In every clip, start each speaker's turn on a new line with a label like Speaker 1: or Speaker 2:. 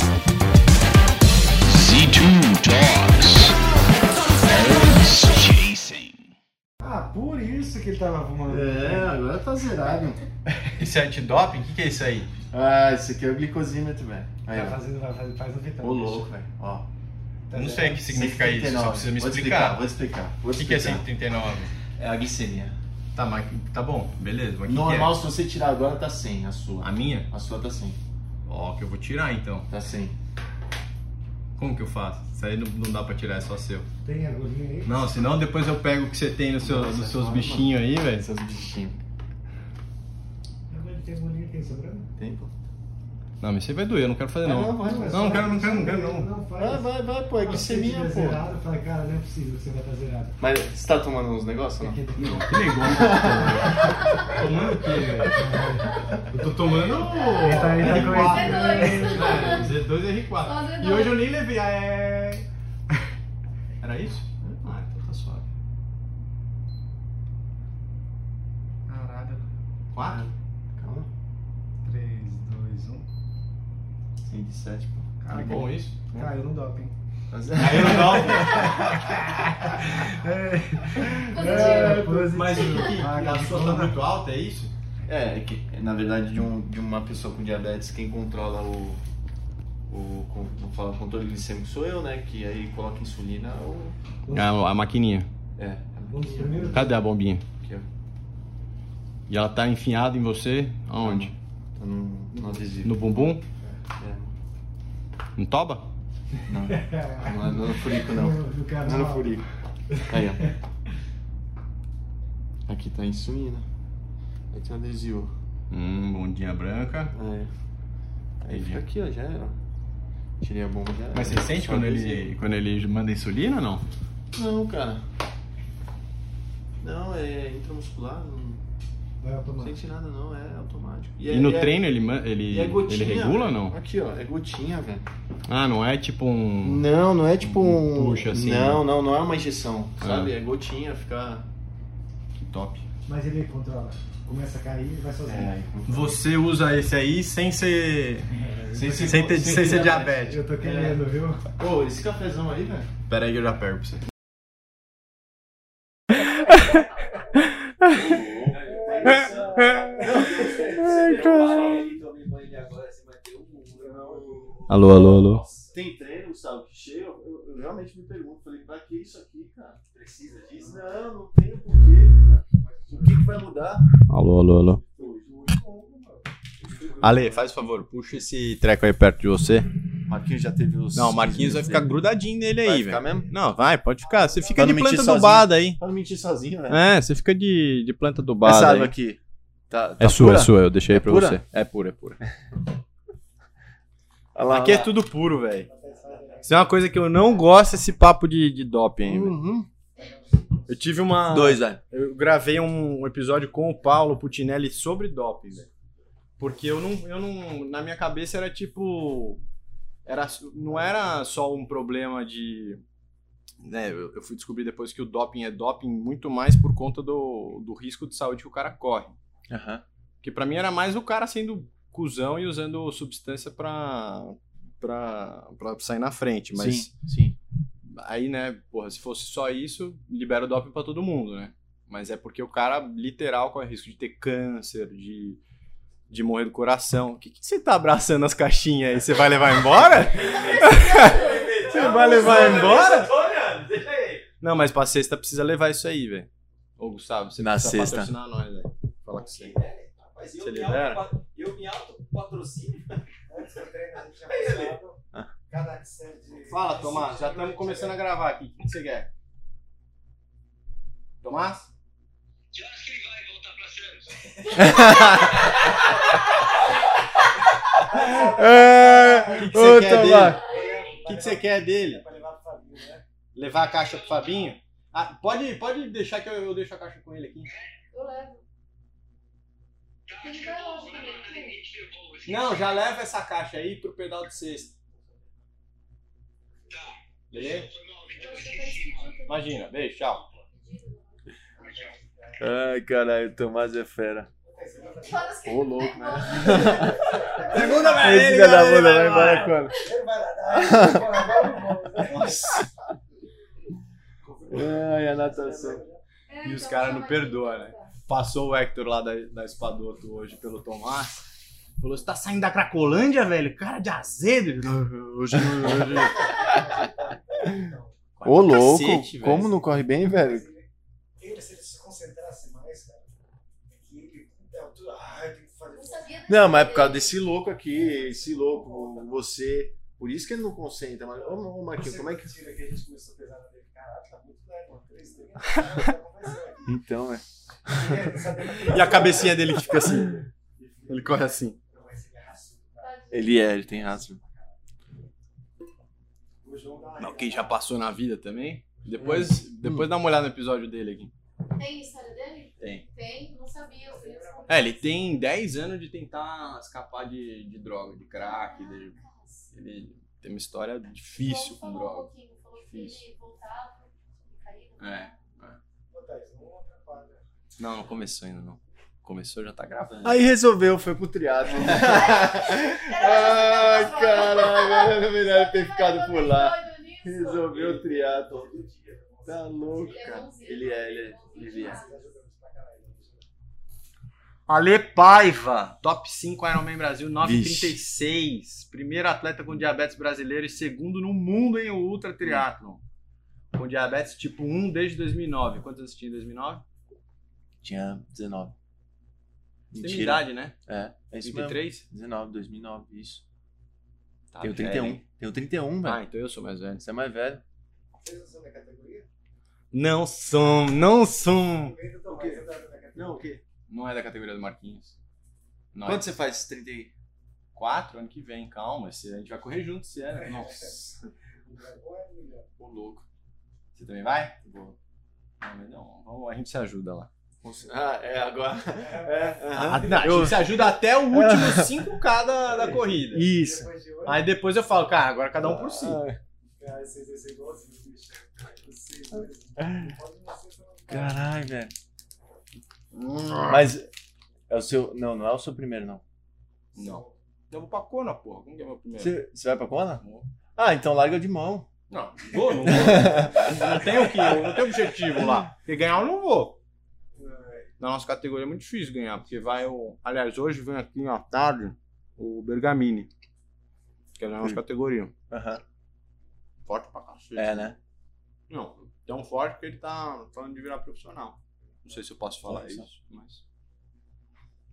Speaker 1: É
Speaker 2: Ah, tava fumando.
Speaker 3: É, agora tá zerado.
Speaker 1: Esse antidoping, o que, que é isso aí?
Speaker 3: Ah, isso aqui é o glicosímetro, velho. Aí,
Speaker 2: Vai
Speaker 1: Tá
Speaker 3: ó.
Speaker 2: fazendo, vai fazer, faz no vitão.
Speaker 3: Ô louco, velho. Ó.
Speaker 2: Tá
Speaker 1: não
Speaker 2: zerado.
Speaker 1: sei o que significa isso,
Speaker 3: 139.
Speaker 1: só precisa me
Speaker 3: Vou te
Speaker 1: explicar.
Speaker 3: Vou te explicar. Vou
Speaker 1: O
Speaker 3: te
Speaker 1: que, que é
Speaker 3: explicar.
Speaker 1: 139?
Speaker 3: É a glicemia.
Speaker 1: Tá, mas tá bom, beleza. Mas o que
Speaker 3: Normal,
Speaker 1: que
Speaker 3: se você tirar agora, tá 100 a
Speaker 1: é?
Speaker 3: sua.
Speaker 1: A minha?
Speaker 3: A sua tá 100.
Speaker 1: Ó, que eu vou tirar então.
Speaker 3: Tá 100.
Speaker 1: Como que eu faço? Isso aí não, não dá pra tirar, é só seu.
Speaker 2: Tem agulhinha aí?
Speaker 1: Não, senão depois eu pego o que você tem no seu- nos
Speaker 3: Nossa,
Speaker 1: seus
Speaker 3: calma.
Speaker 1: bichinhos aí, velho.
Speaker 3: Seus bichinhos.
Speaker 2: Agora tem agulhinha, tem sobrando?
Speaker 3: Tempo?
Speaker 1: Não, mas isso aí vai doer, eu não quero fazer não.
Speaker 3: Vai, vai, vai.
Speaker 1: Não, não quero, não quero, não quero não.
Speaker 2: Não, faz. Ah,
Speaker 3: Vai, vai, vai, pô. É
Speaker 2: Não, se
Speaker 3: glicemia,
Speaker 2: tiver
Speaker 3: pô.
Speaker 2: zerado, eu falei, cara, não é possível que você vai estar zerado.
Speaker 3: Mas você tá tomando uns negócios ou
Speaker 2: Aqui,
Speaker 3: não?
Speaker 2: aqui.
Speaker 1: Que negócio. tomando o quê, velho? Eu tô tomando.
Speaker 2: Ele tá- ele tá com
Speaker 1: R4. É, Z2 e R4.
Speaker 4: Só Z2.
Speaker 1: E hoje eu nem levei. ah, É... Era isso? Ah, então tá suave.
Speaker 5: Caralho.
Speaker 1: 4?
Speaker 3: Calma.
Speaker 5: 3, 2, 1.
Speaker 3: 107, pô.
Speaker 1: Tá bom isso?
Speaker 2: Caiu no doping.
Speaker 3: Tá
Speaker 1: Aí
Speaker 3: zerado.
Speaker 1: eu não. É,
Speaker 4: Positivo.
Speaker 1: Mas o que?
Speaker 2: Ah,
Speaker 1: A sua tá muito alta, é isso?
Speaker 3: É, é que, na verdade, de, um, de uma pessoa com diabetes, quem controla o. o con- vamos falar, o controle glicêmico sou eu, né? Que aí coloca insulina ou.
Speaker 1: A, maquininha.
Speaker 3: É,
Speaker 2: Um dos primeiros
Speaker 1: Cadê a bombinha?
Speaker 3: aqui, ó.
Speaker 1: E ela tá enfiada em você? Aonde?
Speaker 3: Tá no, no adesivo.
Speaker 1: No bumbum?
Speaker 3: É,
Speaker 1: No toba?
Speaker 3: não, não é no furico, não.
Speaker 2: no, no
Speaker 3: Não é no
Speaker 2: canal.
Speaker 3: furico. Aí, ó. Aqui tá a insulina. Aí tem o adesivo.
Speaker 1: Hum, bundinha branca.
Speaker 3: É. Aí fica aqui, ó, já era. Tirei a bomba já era.
Speaker 1: Mas você sente
Speaker 3: Só
Speaker 1: quando
Speaker 3: adesivo.
Speaker 1: ele, quando ele manda insulina ou não?
Speaker 3: Não, cara. Não, é intramuscular, não
Speaker 2: Vai automático.
Speaker 3: sente nada não, é automático.
Speaker 1: E,
Speaker 3: é-
Speaker 1: no
Speaker 3: é-
Speaker 1: treino ele, ma- ele,
Speaker 3: e é gotinha,
Speaker 1: ele regula ou não?
Speaker 3: velho. Aqui, ó, é gotinha, velho.
Speaker 1: Ah, não é tipo um.
Speaker 3: Não, não é tipo um...
Speaker 1: Puxa, assim,
Speaker 3: Não, não, não é uma injeção,
Speaker 1: Ah.
Speaker 3: sabe? É gotinha, fica...
Speaker 1: Que top.
Speaker 2: Mas ele controla. Começa a cair e vai sozinho.
Speaker 3: É.
Speaker 1: Você usa esse aí sem ser. Sem,
Speaker 3: ser-
Speaker 1: ter-
Speaker 3: sem
Speaker 1: sem
Speaker 3: ter
Speaker 1: ser
Speaker 3: diabetes.
Speaker 1: diabético.
Speaker 2: Eu tô querendo, viu?
Speaker 3: Pô, esse cafezão aí, velho.
Speaker 1: Pera aí que eu já pego pra você. Alô, alô, alô.
Speaker 3: Tem treino, Gustavo, que chega, eu, eu realmente me pergunto, falei, pra que isso aqui, cara? Precisa disso? Não, não tenho porquê, cara. O que, que vai mudar?
Speaker 1: Alô, alô, alô.
Speaker 3: Pô, juro.
Speaker 1: Ale, faz favor, puxa esse treco aí perto de você.
Speaker 3: Marquinhos já teve os...
Speaker 1: Não, o Marquinhos vai ficar grudadinho nele
Speaker 3: Vai
Speaker 1: aí,
Speaker 3: ficar
Speaker 1: velho.
Speaker 3: mesmo?
Speaker 1: Não, vai, pode ficar. Você fica
Speaker 3: Pra não
Speaker 1: de
Speaker 3: mentir
Speaker 1: planta
Speaker 3: sozinho.
Speaker 1: adubada aí.
Speaker 3: Pra não mentir sozinho, né? velho.
Speaker 1: É, você fica de, de planta
Speaker 3: Essa
Speaker 1: adubada
Speaker 3: água
Speaker 1: aí.
Speaker 3: aqui. Tá, tá
Speaker 1: É sua,
Speaker 3: pura?
Speaker 1: é sua, eu deixei
Speaker 3: É
Speaker 1: pra
Speaker 3: pura?
Speaker 1: você. É pura, é pura.
Speaker 3: Olha lá,
Speaker 1: Aqui é
Speaker 3: olha lá.
Speaker 1: tudo puro, velho. Isso é uma coisa que eu não gosto, esse papo de, de doping, velho.
Speaker 3: Uhum.
Speaker 1: Eu tive uma...
Speaker 3: Dois, né? velho.
Speaker 1: Eu gravei um episódio com o Paulo Putinelli sobre doping, velho. Porque eu não, eu não. Na minha cabeça era tipo. Era, não era só um problema de. Né, eu, eu fui descobrir depois que o doping é doping muito mais por conta do, do risco de saúde que o cara corre.
Speaker 3: Aham.
Speaker 1: Porque pra mim era mais o cara sendo cuzão e usando substância pra, pra, pra sair na frente. Mas
Speaker 3: Sim, sim.
Speaker 1: aí, né, porra, se fosse só isso, libera o doping pra todo mundo, né? Mas é porque o cara, literal, corre risco de ter câncer, de, de morrer do coração. O que, que você tá abraçando as caixinhas aí? Você vai levar embora? você vai levar embora? Não, mas pra sexta precisa levar isso aí, velho. Ô, Gustavo, você
Speaker 3: Na
Speaker 1: precisa
Speaker 3: sexta.
Speaker 1: patrocinar nós, velho. Fala com você.
Speaker 6: Rapaz,
Speaker 1: Você
Speaker 6: eu me,
Speaker 1: libera?
Speaker 6: auto, eu me auto patrocínio.
Speaker 2: Antes do treino, a gente já passava cada série de...
Speaker 3: Ah,
Speaker 1: Fala, Tomás, já estamos começando a gravar aqui. O que você quer? Tomás? O que, que você quer dele? O que, que você quer dele?
Speaker 2: Pra levar pro Fabinho, né?
Speaker 1: Levar a caixa pro Fabinho? Ah, pode, pode deixar que eu, eu deixo a caixa com ele aqui.
Speaker 4: Eu levo. Nunca roubo também.
Speaker 1: Não, já leva essa caixa aí pro pedal de sexta. Beleza? Imagina, beijo, tchau.
Speaker 3: Ai, caralho, o Tomás é fera.
Speaker 4: Foda-se que
Speaker 3: Ô, louco, né?
Speaker 1: Pergunta pra
Speaker 3: Esse filho da puta vai embora quando?
Speaker 2: Ele vai nadar, ele vai nadar, ele vai
Speaker 3: Ai, a natação.
Speaker 4: É,
Speaker 1: E os
Speaker 4: então,
Speaker 1: cara
Speaker 4: chama
Speaker 1: não perdoa,
Speaker 4: ele.
Speaker 7: passou o Hector lá da, da Espadoto hoje pelo Tomás. Falou, você tá saindo da Cracolândia, velho? Cara de azedo. Ele, "Não, Hoje não. Hoje...
Speaker 3: Ô, louco,
Speaker 7: Cacete, velho.
Speaker 3: como não corre bem, um velho?
Speaker 2: Ele, se ele se concentrasse mais, cara, é que ele, é o tu- ah, eu tenho que fazer
Speaker 4: Eu
Speaker 2: isso.
Speaker 4: sabia do
Speaker 8: Não, mas é por
Speaker 4: dele.
Speaker 8: causa desse louco aqui, esse louco, você. Por isso que ele não concentra. Mas, ô, ô Marquinhos,
Speaker 2: Você
Speaker 8: como é que.
Speaker 2: tira que a gente começou a pesar na dele? Caralho, tá muito leve, mano. Três trinta, tá conversando.
Speaker 3: Então, é.
Speaker 2: Ele sabia que
Speaker 7: E a cabecinha dele que fica assim. Ele corre assim.
Speaker 2: não vai ser raçudo.
Speaker 4: Tadinho.
Speaker 3: Ele é, ele tem razão.
Speaker 2: O João dá uma
Speaker 7: Não,
Speaker 2: arregada.
Speaker 7: quem já passou na vida também. Depois, depois dá uma olhada no episódio dele aqui.
Speaker 4: Tem história dele?
Speaker 7: Tem.
Speaker 4: Tem, não sabia. Eu fui descobrir.
Speaker 7: É, ele tem 10 anos de tentar escapar de, de droga, de crack. De, ele tem uma história difícil com
Speaker 4: falou Um
Speaker 7: droga.
Speaker 4: pouquinho, falou que ele
Speaker 7: Difícil.
Speaker 4: voltava, ele caía.
Speaker 7: É.
Speaker 2: Ô, Thaís, não atrapalha.
Speaker 7: Não, não começou ainda, não. Começou, já tá gravando.
Speaker 3: Aí resolveu, foi pro triatlo.
Speaker 4: Era
Speaker 3: Ai, caralho, era melhor ter ficado por lá.
Speaker 4: Resolveu.
Speaker 3: Resolveu o triatlo.
Speaker 2: Todo dia. nossa.
Speaker 3: Tá louco,
Speaker 4: Ele é
Speaker 3: cara.
Speaker 4: bonzinho.
Speaker 3: Ele é, ele é, ele é.
Speaker 2: Nós já jogamos pra caralho.
Speaker 7: Ale Paiva, top 5 Ironman Brasil, 9,36.
Speaker 3: 9,36.
Speaker 7: Primeiro atleta com diabetes brasileiro e segundo no mundo em ultra triatlon. Com diabetes tipo 1 desde 2009. Quantos anos tinha em 2009?
Speaker 3: Tinha 19.
Speaker 7: Tem minha
Speaker 3: Mentira.
Speaker 7: idade, né?
Speaker 3: É, é isso mesmo.
Speaker 7: 23?
Speaker 3: 19, 2009, isso.
Speaker 7: Tá,
Speaker 3: Tenho
Speaker 7: velho,
Speaker 3: 31.
Speaker 7: hein?
Speaker 3: Tenho 31, velho.
Speaker 7: Ah, então eu sou mais velho.
Speaker 3: Você é mais velho.
Speaker 2: Vocês não são da categoria?
Speaker 7: Não sou, não sou.
Speaker 2: Aproveita e toma,
Speaker 8: quê?
Speaker 2: você tá da categoria.
Speaker 8: Não, o quê?
Speaker 7: Não é da categoria do Marquinhos. Não
Speaker 3: Quanto você faz esses 30 aí?
Speaker 7: é 4 ano que vem, calma. esse- A gente vai correr junto se é. né? Nossa,
Speaker 2: Ou é melhor?
Speaker 7: ô louco. Você também vai? Vou. Não, mas não, vamos, a gente se ajuda lá.
Speaker 3: Ah, é, agora. É,
Speaker 7: Ah, não, a gente se ajuda até o último 5K da, da corrida.
Speaker 3: Isso.
Speaker 2: Depois de hoje,
Speaker 7: Aí depois eu falo, cara, agora cada um por si.
Speaker 2: cara, vocês vão ser igualzinhos, bicho. Vocês dois. Não pode não ser só um cara.
Speaker 3: Caralho, velho. Mas é o seu. Não, não é o seu primeiro, não.
Speaker 7: Não. Então Eu vou pra Kona, porra. Como que é meu primeiro?
Speaker 3: Você você vai pra Kona?
Speaker 7: Vou.
Speaker 3: Ah, então larga de mão.
Speaker 7: Não, não vou, não vou. não tenho que, não tenho objetivo lá. Porque ganhar eu não vou. Na nossa categoria é muito difícil ganhar, porque vai o. Aliás, hoje vem aqui à tarde o Bergamini. Que é da nossa
Speaker 3: Hum.
Speaker 7: categoria.
Speaker 3: Aham.
Speaker 7: Forte pra cacete.
Speaker 3: É, né?
Speaker 7: Não, tão forte que ele tá falando de virar profissional. Não sei se eu posso falar
Speaker 3: Nossa.
Speaker 7: isso, mas.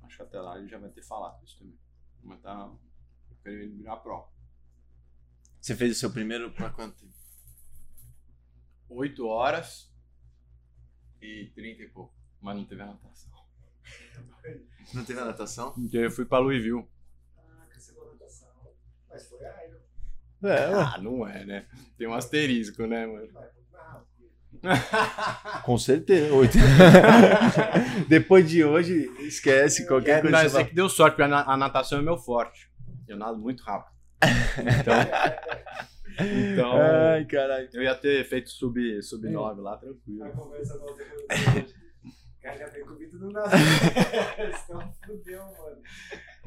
Speaker 7: Acho que até lá ele já vai ter falado isso também. Mas tá querendo ele virar pró.
Speaker 3: Você fez o seu primeiro pra quanto tempo?
Speaker 7: 8 horas e 30 e pouco. Mas não teve a natação.
Speaker 3: Não teve a natação?
Speaker 7: Então eu fui pra Louisville.
Speaker 2: Ah, que segunda rotação. Mas foi a Iron.
Speaker 3: É, ué.
Speaker 7: Ah, não é, né? Tem um asterisco, né, mano?
Speaker 2: Vai, vamos narrar.
Speaker 3: Ah, com certeza. Oito. Depois de hoje, esquece qualquer
Speaker 7: É,
Speaker 3: coisa.
Speaker 7: mas
Speaker 3: que
Speaker 7: eu
Speaker 3: você
Speaker 7: sei que deu sorte, porque a na- a natação é meu forte. Eu nado muito rápido. Então. então.
Speaker 3: fala. Ai, caralho.
Speaker 7: Eu ia ter feito sub-9 lá, tranquilo.
Speaker 2: A conversa nossa depois do hoje. Cara, já vem comigo do nada. Então fudeu, mano.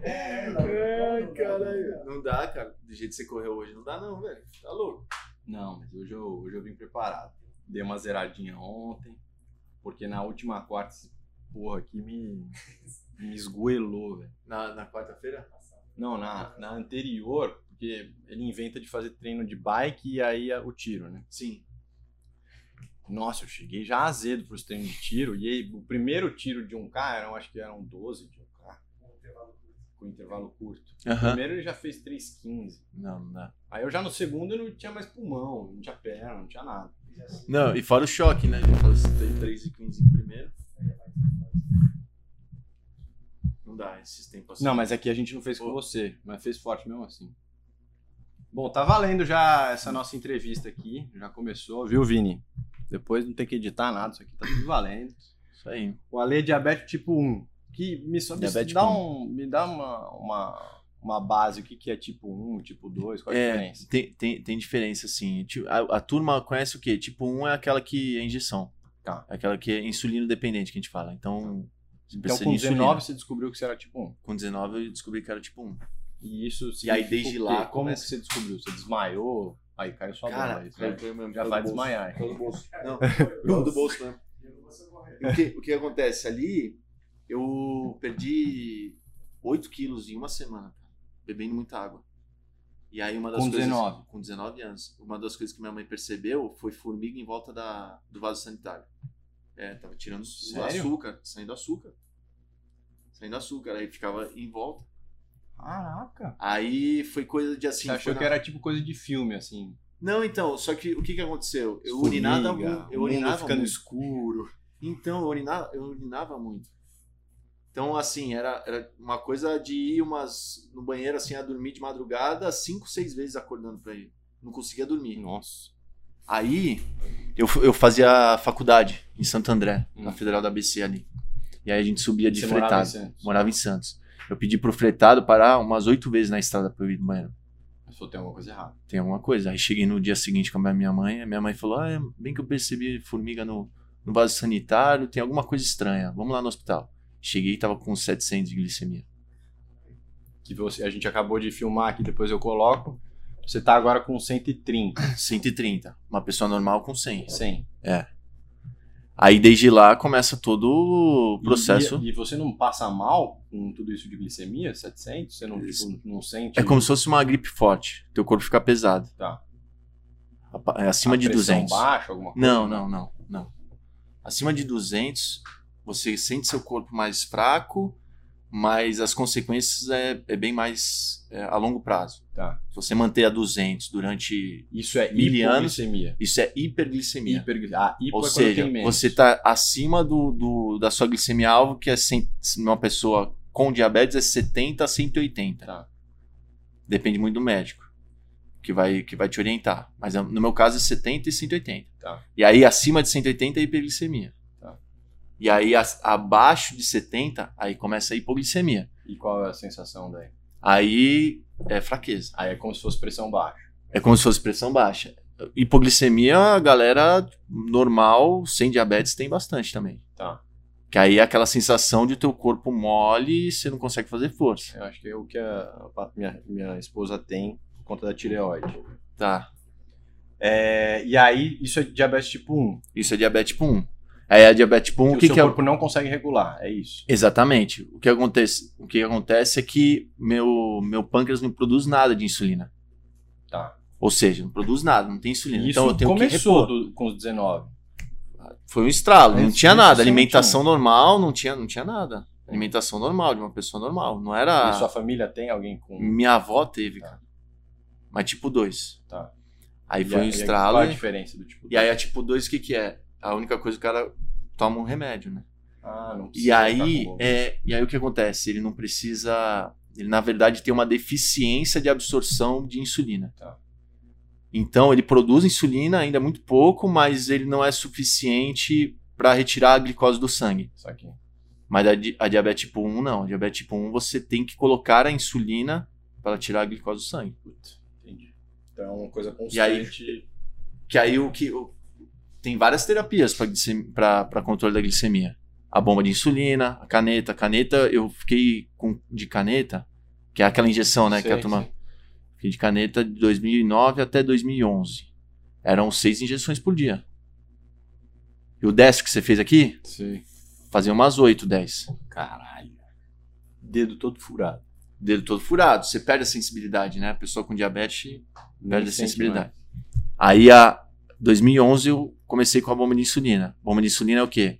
Speaker 2: É, não, não,
Speaker 3: Ai,
Speaker 2: não,
Speaker 3: caralho. Não dá, cara. Do jeito que você correu hoje, não dá, não, velho. Tá louco.
Speaker 7: Não, mas hoje eu, hoje eu vim preparado. Dei uma zeradinha ontem, porque na última quarta esse porra aqui me, me esgoelou, velho.
Speaker 3: Na, na quarta-feira?
Speaker 7: Não, na, na anterior, porque ele inventa de fazer treino de bike e aí a- o tiro, né?
Speaker 3: Sim.
Speaker 7: Nossa, eu cheguei já azedo pros treinos de tiro, e aí o primeiro tiro
Speaker 1: um
Speaker 7: de 1K, eram, acho que eram 12 de 1K, com intervalo curto.
Speaker 3: Aham.
Speaker 7: Primeiro ele já fez 3,15.
Speaker 3: Não, não dá.
Speaker 7: Aí eu já no segundo eu não tinha mais pulmão, não tinha perna, não tinha nada.
Speaker 3: Não, e fora o choque, né? Ele falou assim, tem 3 e 15 primeiro. Não dá, esses tempos assim.
Speaker 7: Não, mas aqui a gente não fez com você, mas fez forte mesmo assim. Bom, tá valendo já essa nossa entrevista aqui, já começou, viu, Vini? Depois não tem que editar nada, isso aqui tá tudo valendo.
Speaker 3: Isso aí.
Speaker 7: O Ale é diabetes tipo 1, que me, só, me
Speaker 3: Diabetes
Speaker 7: dá,
Speaker 3: tipo
Speaker 7: um, me dá uma, uma, uma base, o que, que é tipo 1, tipo 2, qual a
Speaker 3: É,
Speaker 7: diferença?
Speaker 3: tem, tem, tem diferença, assim. Tipo, A, a turma conhece o quê? Tipo, um é aquela que é injeção.
Speaker 7: Tá.
Speaker 3: É Aquela que é insulino dependente que a gente fala. Então, você
Speaker 7: Então
Speaker 3: precisa
Speaker 7: com
Speaker 3: de insulina.
Speaker 7: 19 você descobriu que você era tipo 1.
Speaker 3: Com 19 eu descobri que era tipo 1.
Speaker 7: E isso
Speaker 3: E aí,
Speaker 7: significa
Speaker 3: desde
Speaker 7: o quê?
Speaker 3: lá,
Speaker 7: Como
Speaker 1: é
Speaker 3: começa-
Speaker 7: que você descobriu? Você desmaiou? Aí caiu sua bola. isso, né? Já vai desmaiar.
Speaker 3: Não, do bolso mesmo.
Speaker 2: Eu não vou socorrer.
Speaker 3: E O que, o que acontece ali Eu perdi 8 quilos em uma semana, cara, bebendo muita água. E aí uma das
Speaker 1: Com
Speaker 3: coisas...
Speaker 1: 19.
Speaker 3: Com 19 anos. Uma das coisas que minha mãe percebeu foi formiga em volta da, do vaso sanitário. É, tava tirando o
Speaker 1: Sério?
Speaker 3: açúcar, saindo açúcar. Saindo açúcar, aí ficava em volta.
Speaker 1: Caraca.
Speaker 3: Aí foi coisa de assim...
Speaker 1: Você achou
Speaker 3: foi
Speaker 1: que
Speaker 3: na-
Speaker 1: era tipo coisa de filme, assim.
Speaker 3: Não, então, só que o que que aconteceu? Eu
Speaker 1: Formiga,
Speaker 3: urinava, mu- eu
Speaker 1: o mundo
Speaker 3: urinava
Speaker 1: ficando
Speaker 3: muito.
Speaker 1: escuro.
Speaker 3: Então, eu urinava, eu urinava muito. Então, assim, era, era uma coisa de ir umas no banheiro, assim, a dormir de madrugada, cinco, seis vezes acordando pra ir. Não conseguia dormir.
Speaker 1: Nossa.
Speaker 3: Aí, eu, fu- eu fazia faculdade em Santo André, na
Speaker 1: Hum.
Speaker 3: Federal da ABC ali. E aí a gente subia de
Speaker 1: Você
Speaker 3: fretado.
Speaker 1: morava em Santos?
Speaker 3: Morava em Santos. Eu pedi pro fretado parar umas oito vezes na estrada pra eu ir no banheiro
Speaker 1: Mas falou, tem alguma coisa errada.
Speaker 3: tem alguma coisa. Aí cheguei no dia seguinte com a minha mãe, a minha mãe falou: Ah, é bem que eu percebi formiga no, no vaso sanitário, tem alguma coisa estranha, vamos lá no hospital. Cheguei e tava com 700 de glicemia.
Speaker 1: Que você, a gente acabou de filmar aqui, depois eu coloco. Você tá agora com 130,
Speaker 3: 130, uma pessoa normal com 100.
Speaker 1: 100.
Speaker 3: Aí desde lá começa todo o processo.
Speaker 1: E, e você não passa mal com tudo isso de glicemia, 700? Você não, tipo, não sente?
Speaker 3: É como se fosse uma gripe forte, teu corpo fica pesado.
Speaker 1: Tá.
Speaker 3: Apa- é Acima
Speaker 1: a
Speaker 3: de
Speaker 1: pressão
Speaker 3: 200.
Speaker 1: baixa, alguma coisa?
Speaker 3: Não, não, não, não. Acima de 200, você sente seu corpo mais fraco, mas as consequências é, é bem mais é, a longo prazo.
Speaker 1: Tá.
Speaker 3: Se você manter a 200 durante...
Speaker 1: Isso é
Speaker 3: Mil anos.
Speaker 1: hipoglicemia.
Speaker 3: Isso é hiperglicemia.
Speaker 1: Hiper, ah, hipo
Speaker 3: Ou
Speaker 1: é quando
Speaker 3: seja,
Speaker 1: tem menos.
Speaker 3: você está acima do, do- da sua glicemia-alvo, que é cem- uma pessoa com diabetes é 70 a 180.
Speaker 1: Tá.
Speaker 3: Depende muito do médico que vai, que vai te orientar. Mas é- no meu caso é 70 e 180.
Speaker 1: Tá.
Speaker 3: E aí acima de 180 é hiperglicemia.
Speaker 1: Tá.
Speaker 3: E aí as- abaixo de 70, aí começa a hipoglicemia.
Speaker 1: E qual é a sensação daí?
Speaker 3: Aí é fraqueza.
Speaker 1: Aí é como se fosse pressão baixa.
Speaker 3: É como se fosse pressão baixa. Hipoglicemia, a galera normal, sem diabetes, tem bastante também.
Speaker 1: Tá.
Speaker 3: Que aí é aquela sensação de teu corpo mole e você não consegue fazer força.
Speaker 1: Eu acho que é o que a, a minha, minha esposa tem por conta da tireoide.
Speaker 3: Tá.
Speaker 1: É, e aí, isso é diabetes tipo 1.
Speaker 3: Isso é diabetes tipo 1. Aí a diabetes tipo 1, o
Speaker 1: o
Speaker 3: que,
Speaker 1: seu
Speaker 3: que é?
Speaker 1: corpo não consegue regular, é isso.
Speaker 3: Exatamente. O que acontece, o que acontece é que meu, meu pâncreas não produz nada de insulina.
Speaker 1: Tá.
Speaker 3: Ou seja, não produz nada, não tem insulina.
Speaker 1: E isso
Speaker 3: então eu tenho que
Speaker 1: começou
Speaker 3: repor.
Speaker 1: do- com os 19.
Speaker 3: Foi um estralo, não
Speaker 1: Antes
Speaker 3: tinha
Speaker 1: disso,
Speaker 3: nada.
Speaker 1: você não
Speaker 3: Alimentação normal, não tinha, não tinha nada. Alimentação normal, de uma pessoa normal. Não era.
Speaker 7: Ah.
Speaker 1: E sua família tem alguém
Speaker 7: um
Speaker 1: com...
Speaker 3: Minha avó teve,
Speaker 1: Tá.
Speaker 3: cara. Mas tipo 2.
Speaker 1: Tá.
Speaker 3: Aí
Speaker 1: E
Speaker 3: foi
Speaker 1: a-
Speaker 3: um
Speaker 1: e a- Qual a
Speaker 7: né?
Speaker 3: estralo. E,
Speaker 1: diferença do tipo
Speaker 3: e aí a tipo 2, o que que é? A única coisa que o cara toma um remédio, né?
Speaker 1: Ah, não precisa
Speaker 3: E aí,
Speaker 1: ficar com-
Speaker 3: é, e aí o que acontece? Ele não precisa. Ele, na verdade, tem uma deficiência de absorção de insulina.
Speaker 1: Tá.
Speaker 3: Então, ele produz insulina ainda é muito pouco, mas ele não é suficiente para retirar a glicose do sangue.
Speaker 1: Isso aqui.
Speaker 3: Mas a, di- a diabetes tipo 1, não. A diabetes tipo 1, você tem que colocar a insulina para tirar a glicose do sangue.
Speaker 1: Puta, entendi. Então é uma coisa constante.
Speaker 3: E aí- Que aí o que. o- tem várias terapias para controle da glicemia. A bomba de insulina, a caneta. A caneta, eu fiquei com, de caneta, que é aquela injeção, né? que a
Speaker 1: Sei,
Speaker 3: turma.
Speaker 1: sei.
Speaker 3: Fiquei de caneta de 2009 até 2011. Eram seis injeções por dia. E o décimo que você fez aqui,
Speaker 1: Sei.
Speaker 3: fazia umas oito, dez.
Speaker 1: Caralho. Dedo todo furado.
Speaker 3: Dedo todo furado. Você perde a sensibilidade, né? A pessoa com diabetes
Speaker 1: né?
Speaker 3: perde a sensibilidade. Aí, a 2011, eu comecei com a bomba de insulina. Bomba de insulina é o quê?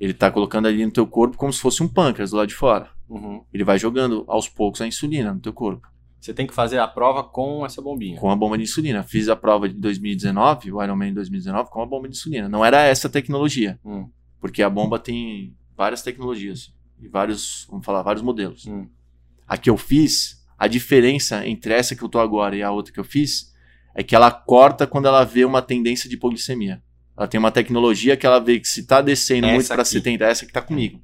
Speaker 3: Ele tá colocando ali no teu corpo como se fosse um pâncreas do lado de fora.
Speaker 1: Uhum.
Speaker 3: Ele vai jogando aos poucos a insulina no teu corpo
Speaker 1: Você tem que fazer a prova com essa bombinha.
Speaker 3: com a bomba de insulina. Fiz a prova de 2019, o Ironman 2019, com a bomba de insulina. Não era essa a tecnologia,
Speaker 1: Hum.
Speaker 3: porque a bomba tem várias tecnologias e vários, vamos falar, vários modelos.
Speaker 1: Hum.
Speaker 3: A que eu fiz, a diferença entre essa que eu tô agora e a outra que eu fiz, é que ela corta quando ela vê uma tendência de hipoglicemia. Ela tem uma tecnologia que ela vê que se tá descendo
Speaker 1: Essa
Speaker 3: muito para
Speaker 1: aqui.
Speaker 3: 70, essa que tá comigo.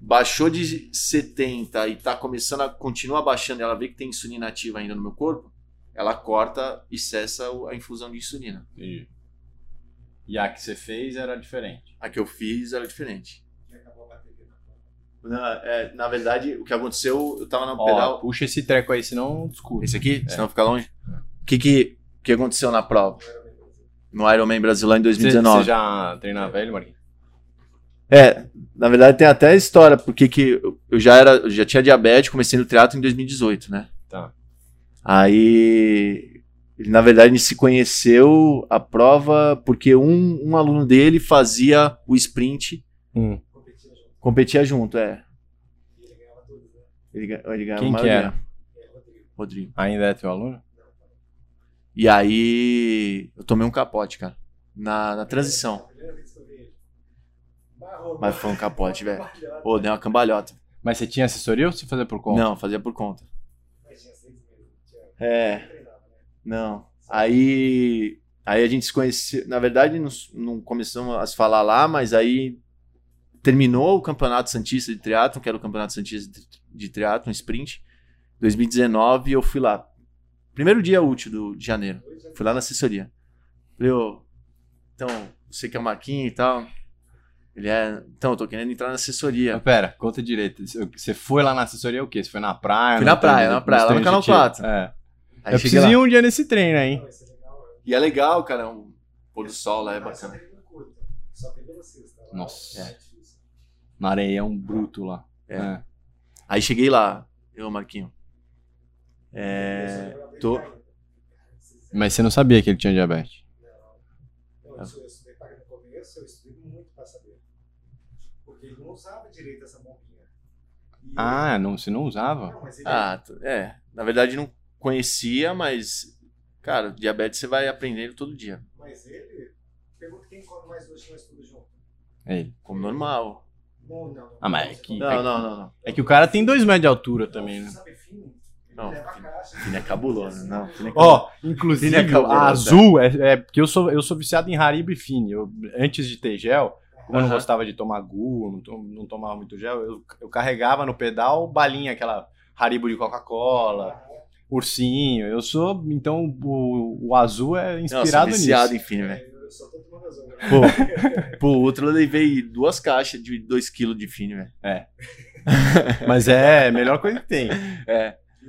Speaker 3: Baixou de 70 e tá começando a continua baixando, e ela vê que tem insulina ativa ainda no meu corpo, ela corta e cessa o- a infusão de insulina.
Speaker 1: Entendi. E a que você fez era diferente.
Speaker 3: A que eu fiz era diferente.
Speaker 9: Que acabou a bateria da porta.
Speaker 3: Na, é, na verdade, o que aconteceu, eu tava na
Speaker 1: Ó,
Speaker 3: pedal.
Speaker 1: puxa esse treco aí, senão É. desculpa.
Speaker 3: Esse aqui? Senão fica longe. O que, que, que aconteceu na prova? No Ironman Brasil lá em
Speaker 1: Você, você
Speaker 3: 2019.
Speaker 1: já treina velho, Marquinhos?
Speaker 3: É,
Speaker 7: Na verdade, tem até a história, porque que eu- eu já era, eu já tinha diabetes, comecei no teatro em 2018, né?
Speaker 1: Tá.
Speaker 7: Aí, ele, na verdade, ele se conheceu a prova porque um, um aluno dele fazia o sprint,
Speaker 1: Hum.
Speaker 7: competia junto, é. né? Ele, ga- ele ganhava
Speaker 1: Quem
Speaker 7: a
Speaker 1: que é?
Speaker 7: maioria.
Speaker 1: era?
Speaker 7: Rodrigo.
Speaker 1: Ainda é teu aluno?
Speaker 7: E aí eu tomei um capote, cara. Na, na transição. Mas foi um capote, velho. Ô, deu uma cambalhota.
Speaker 1: Mas você tinha assessoria ou você fazia por conta?
Speaker 7: Não, fazia por conta. É. Não. Aí. Aí a gente se conheceu. Na verdade, não, não começamos a se falar lá, mas aí terminou o Campeonato Santista de Triatlon, que era o Campeonato Santista de- de Triatlon, sprint. 2019, eu fui lá. Primeiro dia útil do, de janeiro. Fui lá na assessoria. Falei, ô, então, você que é o Marquinhos e tal. Ele é. Então, eu tô querendo entrar
Speaker 3: É.
Speaker 7: na assessoria.
Speaker 1: Mas pera, conta direito. Você foi lá na assessoria o quê? Você foi na praia?
Speaker 7: Fui na
Speaker 1: no
Speaker 7: praia,
Speaker 1: treino-
Speaker 7: na praia, lá no
Speaker 1: treino
Speaker 7: Canal
Speaker 1: de tiro?
Speaker 7: 4.
Speaker 1: É.
Speaker 7: Aí
Speaker 1: eu
Speaker 7: cheguei
Speaker 1: preciso
Speaker 7: lá.
Speaker 1: ir um dia nesse treino aí. hein?
Speaker 7: E é legal, cara. O pôr do sol lá é bacana.
Speaker 2: um Só tem velocista. lá.
Speaker 1: Nossa.
Speaker 2: É difícil.
Speaker 1: Na areia é um bruto lá.
Speaker 7: É. Aí cheguei lá, eu, Marquinho. É. Tô.
Speaker 1: Mas você não sabia que ele tinha diabetes.
Speaker 2: Não, isso né? eu estudei pra no começo, eu estudei muito pra saber. Porque ele não usava direito essa bombinha. E-
Speaker 1: Ah, não, você não usava?
Speaker 2: Não, mas ele
Speaker 7: Ah, t- é. Na verdade, não conhecia, mas. Cara, diabetes você vai aprendendo todo dia.
Speaker 2: Mas ele. Pergunta quem come mais doce nós tudo junto.
Speaker 1: É ele.
Speaker 7: Como normal.
Speaker 2: Não, não. não.
Speaker 1: Ah, mas é que-
Speaker 7: Não, não, não, não.
Speaker 1: É que o cara tem dois metros de altura também, né?
Speaker 2: Sabe, fino, ele
Speaker 7: Não,
Speaker 2: leva a
Speaker 7: fino-
Speaker 2: caixa.
Speaker 7: Fino é cabuloso. Não, fino é cabuloso.
Speaker 1: Ó, inclusive,
Speaker 7: Fini é cabuloso,
Speaker 1: a
Speaker 7: né?
Speaker 1: azul é, é porque eu sou, eu sou viciado em Haribo e Fini. Eu, antes de ter gel, como eu não
Speaker 7: Aham.
Speaker 1: gostava de tomar gu, não, to- não tomava muito gel, eu, eu carregava no pedal balinha, aquela Haribo de Coca-Cola, ursinho. Eu sou, então, o, o azul é
Speaker 7: Não, eu sou
Speaker 1: inspirado
Speaker 7: viciado
Speaker 1: nisso.
Speaker 7: em fino,
Speaker 1: né?
Speaker 7: velho.
Speaker 2: Eu só tô tomando azul. né?
Speaker 7: Pô, pro outro eu levei duas caixas de 2kg de fino, velho.
Speaker 1: Mas é a melhor coisa que tem.
Speaker 2: E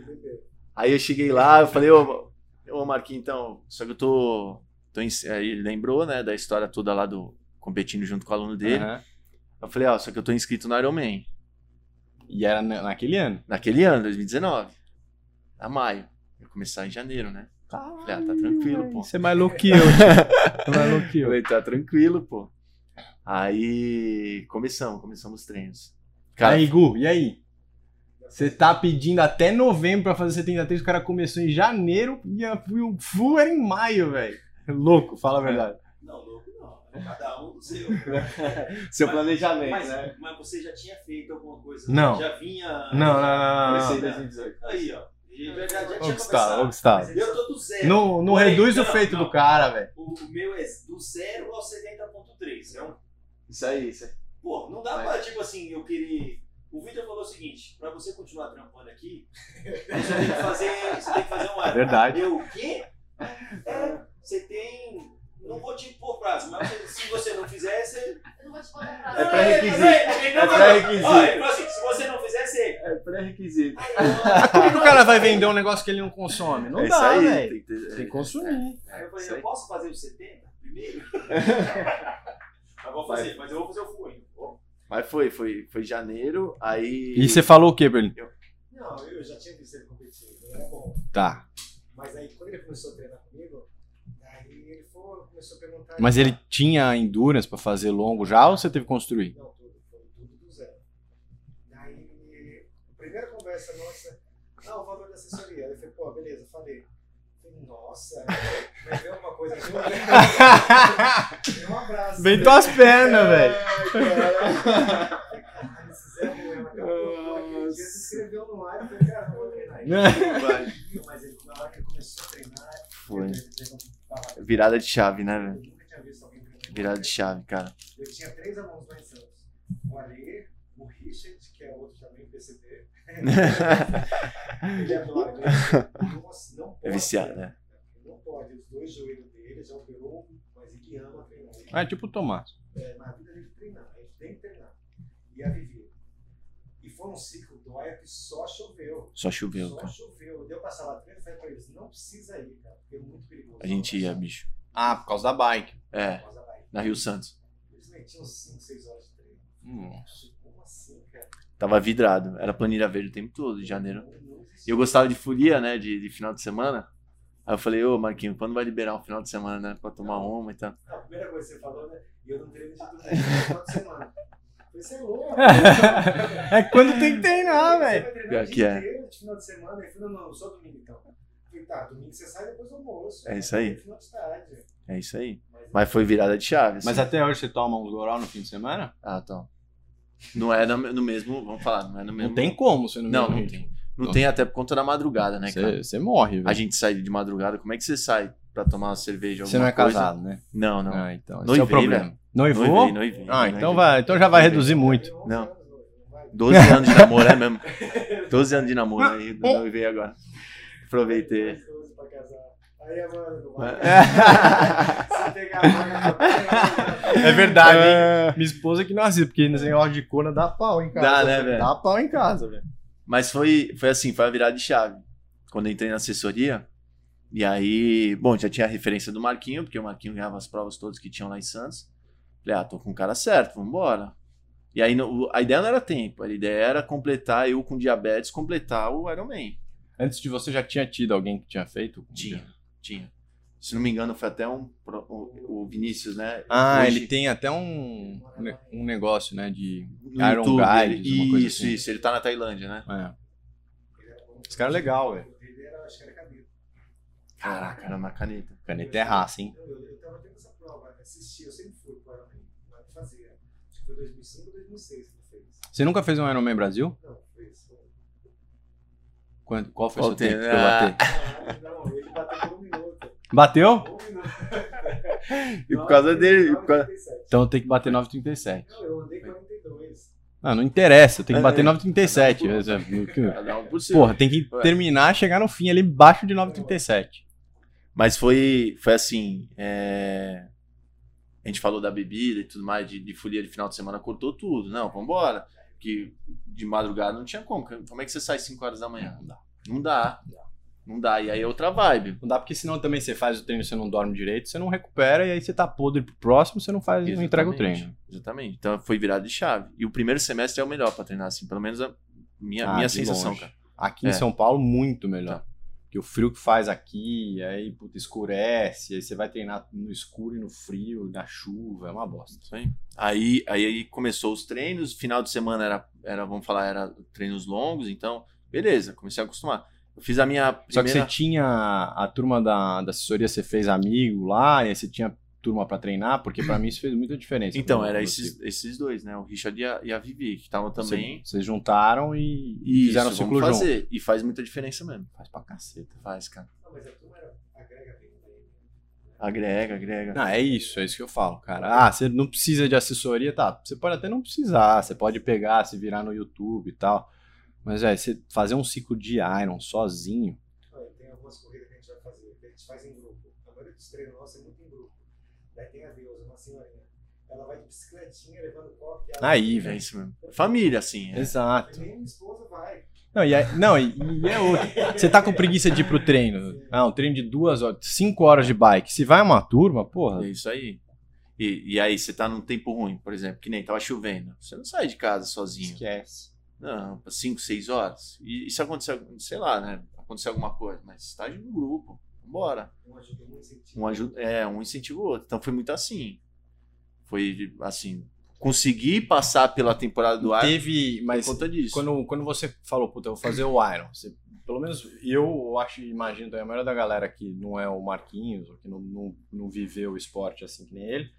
Speaker 2: o bebê.
Speaker 7: Aí eu cheguei lá, eu falei, ô, ô Marquinhos, então, só que eu tô. tô em- Aí ele lembrou, né, da história toda lá do competindo junto com o aluno dele.
Speaker 1: Aham.
Speaker 7: Eu falei, ó, só que eu tô inscrito no Ironman.
Speaker 1: E era na- naquele ano.
Speaker 7: Naquele ano, 2019. A maio. Ia começar em janeiro, né? Falei, ah, tá tranquilo, pô.
Speaker 1: Você é mais louco que eu. tio. Você é mais louco que
Speaker 7: Eu
Speaker 1: eu.
Speaker 7: falei, tá tranquilo, pô. Aí começamos, começamos os treinos. Cara,
Speaker 1: aí, Gu, e aí? Você tá pedindo até novembro pra fazer 73, o cara começou em janeiro e a- e o full era em maio, velho. É Louco, fala a verdade.
Speaker 6: Não, louco não. Cada um do seu.
Speaker 1: Seu
Speaker 6: Mas-
Speaker 1: planejamento, né?
Speaker 6: Mas,
Speaker 7: né?
Speaker 6: mas você já tinha feito alguma coisa?
Speaker 1: Não.
Speaker 6: Já vinha.
Speaker 1: Não, não, não, não,
Speaker 6: Comecei em
Speaker 1: não.
Speaker 6: 2018. Aí, ó. Já, já, já tinha
Speaker 1: Ô,
Speaker 6: começado.
Speaker 1: Gustavo, ô, Gustavo.
Speaker 2: Mas ele-
Speaker 6: Eu tô do zero.
Speaker 1: Não, não
Speaker 6: Porém,
Speaker 1: reduz o
Speaker 6: não,
Speaker 1: feito
Speaker 6: não.
Speaker 1: do cara, velho.
Speaker 6: O, o meu é do zero ao 70.3. É um.
Speaker 3: Isso aí, isso aí.
Speaker 6: Pô, não dá pra, tipo assim, eu querer. O Vitor falou o seguinte: pra você continuar trampando aqui, você tem que fazer, você tem que fazer um
Speaker 3: É
Speaker 6: ar.
Speaker 1: Verdade.
Speaker 6: Eu, o quê? É, você tem. Não vou te pôr prazo, mas você- se você não fizer, você.
Speaker 4: Eu não vou te botar pra
Speaker 3: É
Speaker 4: lá.
Speaker 3: pré-requisito.
Speaker 6: É
Speaker 3: pré-requisito.
Speaker 6: assim, se você não fizesse.
Speaker 3: É pré-requisito.
Speaker 1: Como é que o cara vai vender um negócio que ele não consome? Não
Speaker 7: é isso
Speaker 1: dá,
Speaker 7: aí.
Speaker 1: velho.
Speaker 7: tem que ter-
Speaker 1: Tem que consumir.
Speaker 6: Aí eu falei,
Speaker 7: Sei.
Speaker 6: eu posso fazer os 70 primeiro? mas vou fazer, mas eu vou fazer o full ainda.
Speaker 7: Mas foi, foi, foi janeiro, aí.
Speaker 1: E você falou o quê, Berlim?
Speaker 2: Não, eu já tinha visto ele competir. Ele era bom.
Speaker 1: Tá.
Speaker 2: Mas aí, quando ele começou a treinar comigo, aí ele foi, começou a perguntar.
Speaker 1: Mas ele tinha endurance pra fazer longo já ou você teve que construir?
Speaker 2: Não, tudo, foi tudo do zero. Daí, a primeira conversa nossa, ah, o valor da assessoria. Ele falou, pô, beleza, falei. Falei, Nossa, vai ver uma coisa aqui, né? Dei um abraço.
Speaker 1: Vem tuas pernas, velho.
Speaker 2: Eles fizeram, ela acabou, aquele dia se inscreveu no ar e falei, cara, não vou treinar ainda.
Speaker 1: Né?
Speaker 2: Mas ele, na hora que ele começou a treinar,
Speaker 7: Foi.
Speaker 2: ele teve um barato.
Speaker 7: Virada de chave, né,
Speaker 2: Eu
Speaker 7: velho?
Speaker 2: nunca tinha visto alguém treinar.
Speaker 7: Virada de chave, cara.
Speaker 2: Eu tinha três alunos lá em Santos. O Alê, o Richard, que é outro também, PCD. ele adora. Ele Nossa, não pode.
Speaker 7: É viciado, né?
Speaker 2: Não pode. Os dois joelhos dele já operou, mas ele ama treinar. Ele,
Speaker 1: É tipo o Tomás.
Speaker 2: é, na vida dele treinar. A gente tem que treinar. E a Vivi. E foi um ciclo do Aia que só choveu.
Speaker 7: Só choveu,
Speaker 2: só
Speaker 7: cara.
Speaker 2: choveu. Deu passar lá dentro e falei pra eles, não precisa ir, cara, porque é muito perigoso.
Speaker 7: A gente ia, bicho.
Speaker 1: Ah, por causa da bike.
Speaker 7: É,
Speaker 2: Por causa da bike.
Speaker 7: na Rio Santos.
Speaker 2: Eles metiam 5, 6 horas de treino. Como assim, cara?
Speaker 7: Tava vidrado. Era planilha verde o tempo todo, de janeiro. E eu gostava de folia, né? De, de final de semana. Aí eu falei, ô Marquinhos, quando vai liberar um final de semana, né? Pra tomar uma e tal.
Speaker 2: Não, a primeira coisa que você falou, né? E eu não teria me dito nada no final de semana. Você é louco. Você
Speaker 1: É quando tem que treinar, velho.
Speaker 2: vai treinar
Speaker 7: Pior
Speaker 2: o
Speaker 7: que
Speaker 2: dia
Speaker 7: é.
Speaker 2: inteiro, de final de semana. Eu falei, não, não, só domingo então. Falei, tá, domingo você sai depois do almoço.
Speaker 7: É isso aí.
Speaker 2: Final de tarde.
Speaker 7: É isso aí. Mas foi virada de chaves.
Speaker 1: Mas até hoje você toma uns goró no fim de semana?
Speaker 7: Ah, então. Não é no, no mesmo. Vamos falar, não é no mesmo.
Speaker 1: Não tem como você não é
Speaker 7: Não,
Speaker 1: mesmo
Speaker 7: não
Speaker 1: ritmo.
Speaker 7: tem. Não tem até por conta da madrugada, né,
Speaker 1: Você
Speaker 7: cara?
Speaker 1: você morre,
Speaker 7: A
Speaker 1: velho.
Speaker 7: gente sai de madrugada, como é que você sai pra tomar uma cerveja?
Speaker 1: Você não
Speaker 7: alguma
Speaker 1: é
Speaker 7: coisa?
Speaker 1: casado, né?
Speaker 7: Não, não. né?
Speaker 1: Ah, então. Esse é o
Speaker 7: Noivei,
Speaker 1: problema.
Speaker 7: velho.
Speaker 1: Noivou?
Speaker 7: Noivei, noivei.
Speaker 1: Ah,
Speaker 7: noivei.
Speaker 1: então, vai, então já vai reduzir muito.
Speaker 7: Não.
Speaker 2: Anos, não vai.
Speaker 7: 12 anos de namoro, é mesmo? 12 anos de namoro aí, noivei agora. Aproveitei.
Speaker 2: Mais 12 pra casar. Aí, mano, não vai.
Speaker 1: é
Speaker 2: Se pegar a vaga tá pra
Speaker 7: É
Speaker 1: verdade, hein? É. Minha esposa que não assiste, porque nesse negócio de cona dá pau em casa.
Speaker 7: Dá, né, velho?
Speaker 1: Dá pau em casa, velho.
Speaker 7: Mas foi, foi assim, foi a virada de chave. Quando eu entrei na assessoria, e aí, bom, já tinha a referência do Marquinho, porque o Marquinho ganhava as provas todas que tinham lá em Santos. Falei, ah, tô com o cara certo, vambora. E aí, no- a ideia não era tempo, a ideia era completar, eu com diabetes, completar o Ironman.
Speaker 1: Antes de você já tinha tido alguém que tinha feito?
Speaker 7: Tinha, tinha. Se não me engano, foi até um, pro- o, o Vinícius, né?
Speaker 1: Ah,
Speaker 7: Hoje,
Speaker 1: ele tem até um, ne- um negócio, né? De.
Speaker 7: no
Speaker 1: Iron
Speaker 7: YouTube,
Speaker 1: Guides,
Speaker 7: ele-
Speaker 1: uma coisa
Speaker 7: Isso,
Speaker 1: assim.
Speaker 7: isso, ele tá na Tailândia, né?
Speaker 1: É. Esse cara é legal, velho.
Speaker 2: Ele era, acho que era cabelo.
Speaker 7: Caraca, era na caneta.
Speaker 1: Caneta é raça, hein?
Speaker 2: Eu, eu tava tendo essa prova, assisti, eu sempre fui pro Ironman, mas não é fazia. Acho que foi 2005 ou 2006 que ele fez.
Speaker 1: Você nunca fez um Ironman Brasil?
Speaker 2: Não, fez. foi- um
Speaker 1: Quando- Qual foi o
Speaker 7: Qual Ah,
Speaker 1: seu tempo que
Speaker 7: tempo?
Speaker 1: eu bater?
Speaker 2: Caralho, Não, ele bateu por um minuto.
Speaker 1: Bateu?
Speaker 2: Um minuto.
Speaker 7: E por causa dele. por causa-
Speaker 2: 9,37.
Speaker 1: Então eu tenho que bater 9,37.
Speaker 2: Não, eu andei 42.
Speaker 1: Ah, Não, não interessa, eu tenho que bater
Speaker 7: É.
Speaker 1: 9,37. Mas é-
Speaker 7: Cada um por si.
Speaker 1: Porra, tem que
Speaker 7: Ué.
Speaker 1: terminar, chegar no fim ali embaixo de 9,37.
Speaker 7: Mas foi, foi assim. é, A gente falou da bebida e tudo mais, de, de folia de final de semana, cortou tudo. Não, vambora. Porque de madrugada não tinha como. Como é que você sai 5 horas da manhã?
Speaker 1: Não dá.
Speaker 7: Não dá. Não dá. E aí é outra vibe.
Speaker 1: Não dá porque senão também você faz o treino e você não dorme direito, você não recupera e aí você tá podre pro próximo, você não faz, não entrega o
Speaker 7: Exatamente,
Speaker 1: treino.
Speaker 7: Exatamente. Então foi virada de chave. E o primeiro semestre é o melhor pra treinar, assim. Pelo menos a minha,
Speaker 1: Ah,
Speaker 7: minha
Speaker 1: de
Speaker 7: sensação,
Speaker 1: longe.
Speaker 7: cara.
Speaker 1: Aqui
Speaker 7: É.
Speaker 1: em São Paulo, muito melhor. Porque o frio que faz aqui, aí puta, escurece, aí você vai treinar no escuro e no frio, na chuva, é uma bosta.
Speaker 7: Isso aí. Aí, aí, aí começou os treinos, final de semana era, era, vamos falar, era treinos longos, então, beleza, comecei a acostumar. Eu fiz a minha
Speaker 1: Só que
Speaker 7: primeira...
Speaker 1: você tinha a turma da, da assessoria, você fez amigo lá, e aí você tinha turma pra treinar, porque pra mim isso fez muita diferença.
Speaker 7: Então,
Speaker 1: Quando
Speaker 7: era
Speaker 1: eu-
Speaker 7: esses, esses dois, né? O Richard e a, e a Vivi, que estavam
Speaker 1: você-
Speaker 7: também.
Speaker 1: Vocês juntaram e
Speaker 7: E
Speaker 1: fizeram o
Speaker 7: isso,
Speaker 1: ciclo
Speaker 7: vamos
Speaker 1: junto.
Speaker 7: fazer. E faz muita diferença mesmo.
Speaker 1: Faz pra caceta.
Speaker 7: Faz, cara.
Speaker 2: Não, mas a turma era, agrega bem também.
Speaker 7: Agrega, agrega.
Speaker 1: Não, é isso, é isso que eu falo, cara. Ah, você não precisa de assessoria, tá? Você pode até não precisar, você pode pegar, se virar no YouTube e tal. Mas é, você fazer um ciclo de Iron sozinho.
Speaker 2: Olha, tem algumas corridas que a gente vai fazer, que a gente faz em grupo. A maioria dos treinos nossos é muito em grupo. Daí tem a Deusa, uma senhorinha. Ela vai de bicicletinha, levando copo. e ela-
Speaker 1: Aí,
Speaker 7: É
Speaker 1: velho.
Speaker 7: isso mesmo. Família, assim. É.
Speaker 1: Exato.
Speaker 2: Nem minha esposa vai.
Speaker 1: Não, e é, não, e, e é outro. Você tá com preguiça de ir pro treino. Ah, um treino de duas horas, cinco horas de bike. Se vai uma turma, porra.
Speaker 7: É isso aí. E, e aí, você tá num tempo ruim, por exemplo, que nem tava chovendo. Você não sai de casa sozinho.
Speaker 1: Esquece.
Speaker 7: Não, 5, 6 horas. E isso aconteceu, sei lá, né? Aconteceu alguma coisa, mas você tá de um grupo. Vambora.
Speaker 2: Um ajuda muito sentido.
Speaker 7: Um ajuda, é, um incentiva o outro. Então foi muito assim. Foi assim. Consegui passar pela temporada do ar
Speaker 1: Teve, mas
Speaker 7: por conta disso.
Speaker 1: quando, quando você falou, puta, eu vou fazer o Iron, você- pelo menos eu acho e imagino também, a maioria da galera que não é o Marquinhos, ou que não, não, não viveu o esporte assim que nem ele,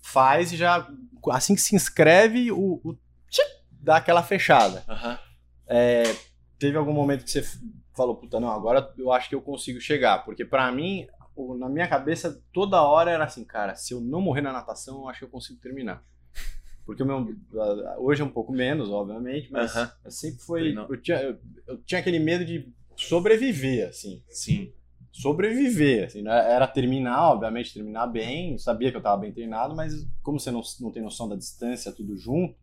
Speaker 1: faz e já, assim que se inscreve, o, o tchip, dá aquela fechada.
Speaker 7: Aham.
Speaker 1: É, teve algum momento que você f- falou, puta, não, agora eu acho que eu consigo chegar, porque pra mim, o- na minha cabeça, toda hora era assim, cara, se eu não morrer na natação, eu acho que eu consigo terminar. Porque o meu, a- a- hoje é um pouco menos, obviamente, mas
Speaker 7: Aham.
Speaker 1: sempre foi,
Speaker 7: Não.
Speaker 1: eu tinha, eu, eu tinha aquele medo de sobreviver, assim,
Speaker 7: Sim.
Speaker 1: sobreviver, assim, né? era terminar, obviamente, terminar bem, eu sabia que eu tava bem treinado, mas como você não, não tem noção da distância, tudo junto,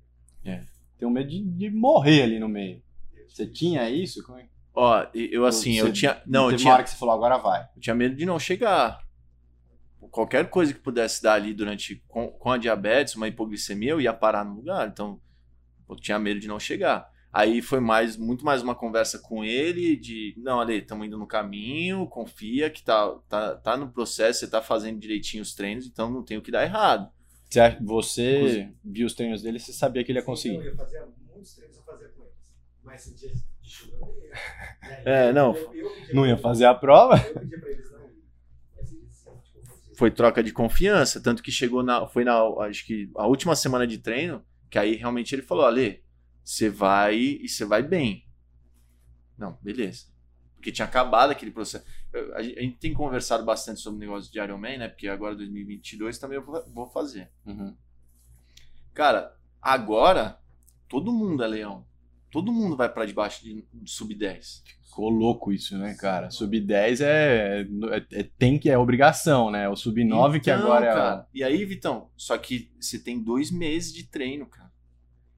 Speaker 7: É.
Speaker 1: tem um medo de, de morrer ali no meio. Você tinha isso? Como é?
Speaker 7: Ó, e- eu assim, eu
Speaker 1: Você
Speaker 7: tinha. Não, eu
Speaker 1: Teve
Speaker 7: tinha,
Speaker 1: uma hora que você falou, agora vai.
Speaker 7: eu tinha medo de não chegar. qualquer coisa que pudesse dar ali durante com, com a diabetes, uma hipoglicemia, eu ia parar no lugar. Então, eu tinha medo de não chegar. Aí foi mais muito mais uma conversa com ele de, não, Ale, estamos indo no caminho, confia que tá, tá, tá no processo, você tá fazendo direitinho os treinos, então não tem o que dar errado.
Speaker 1: Você, ach- você viu os treinos dele, você sabia que ele ia
Speaker 2: Eu
Speaker 1: conseguir.
Speaker 2: ia fazer muitos treinos eu fazia com eles. Mas em dias de chuva eu não ia. Né?
Speaker 7: É, não,
Speaker 2: Eu- eu pedia
Speaker 1: Não
Speaker 2: pra
Speaker 1: ia
Speaker 2: eles-
Speaker 1: fazer a prova?
Speaker 2: Eu pedia pra eles não irem. Mas eles, tipo, faziam.
Speaker 7: foi troca de confiança, tanto que chegou na, foi na, acho que a última semana de treino, que aí realmente ele falou, Ale, você vai e você vai bem. Não, beleza. Porque tinha acabado aquele processo. Eu- A gen- a gente tem conversado bastante sobre o negócio de Ironman, né? Porque agora 2022 também eu vou- vou fazer.
Speaker 1: Uhum.
Speaker 7: Cara, agora todo mundo é leão. Todo mundo vai pra debaixo de sub-10.
Speaker 1: Ficou louco isso, né, cara? Sub 10 é, é, é- tem que é obrigação, né? O sub 9 que
Speaker 7: Então,
Speaker 1: agora é. a-
Speaker 7: cara, E aí, Vitão, só que você tem dois meses de treino, cara.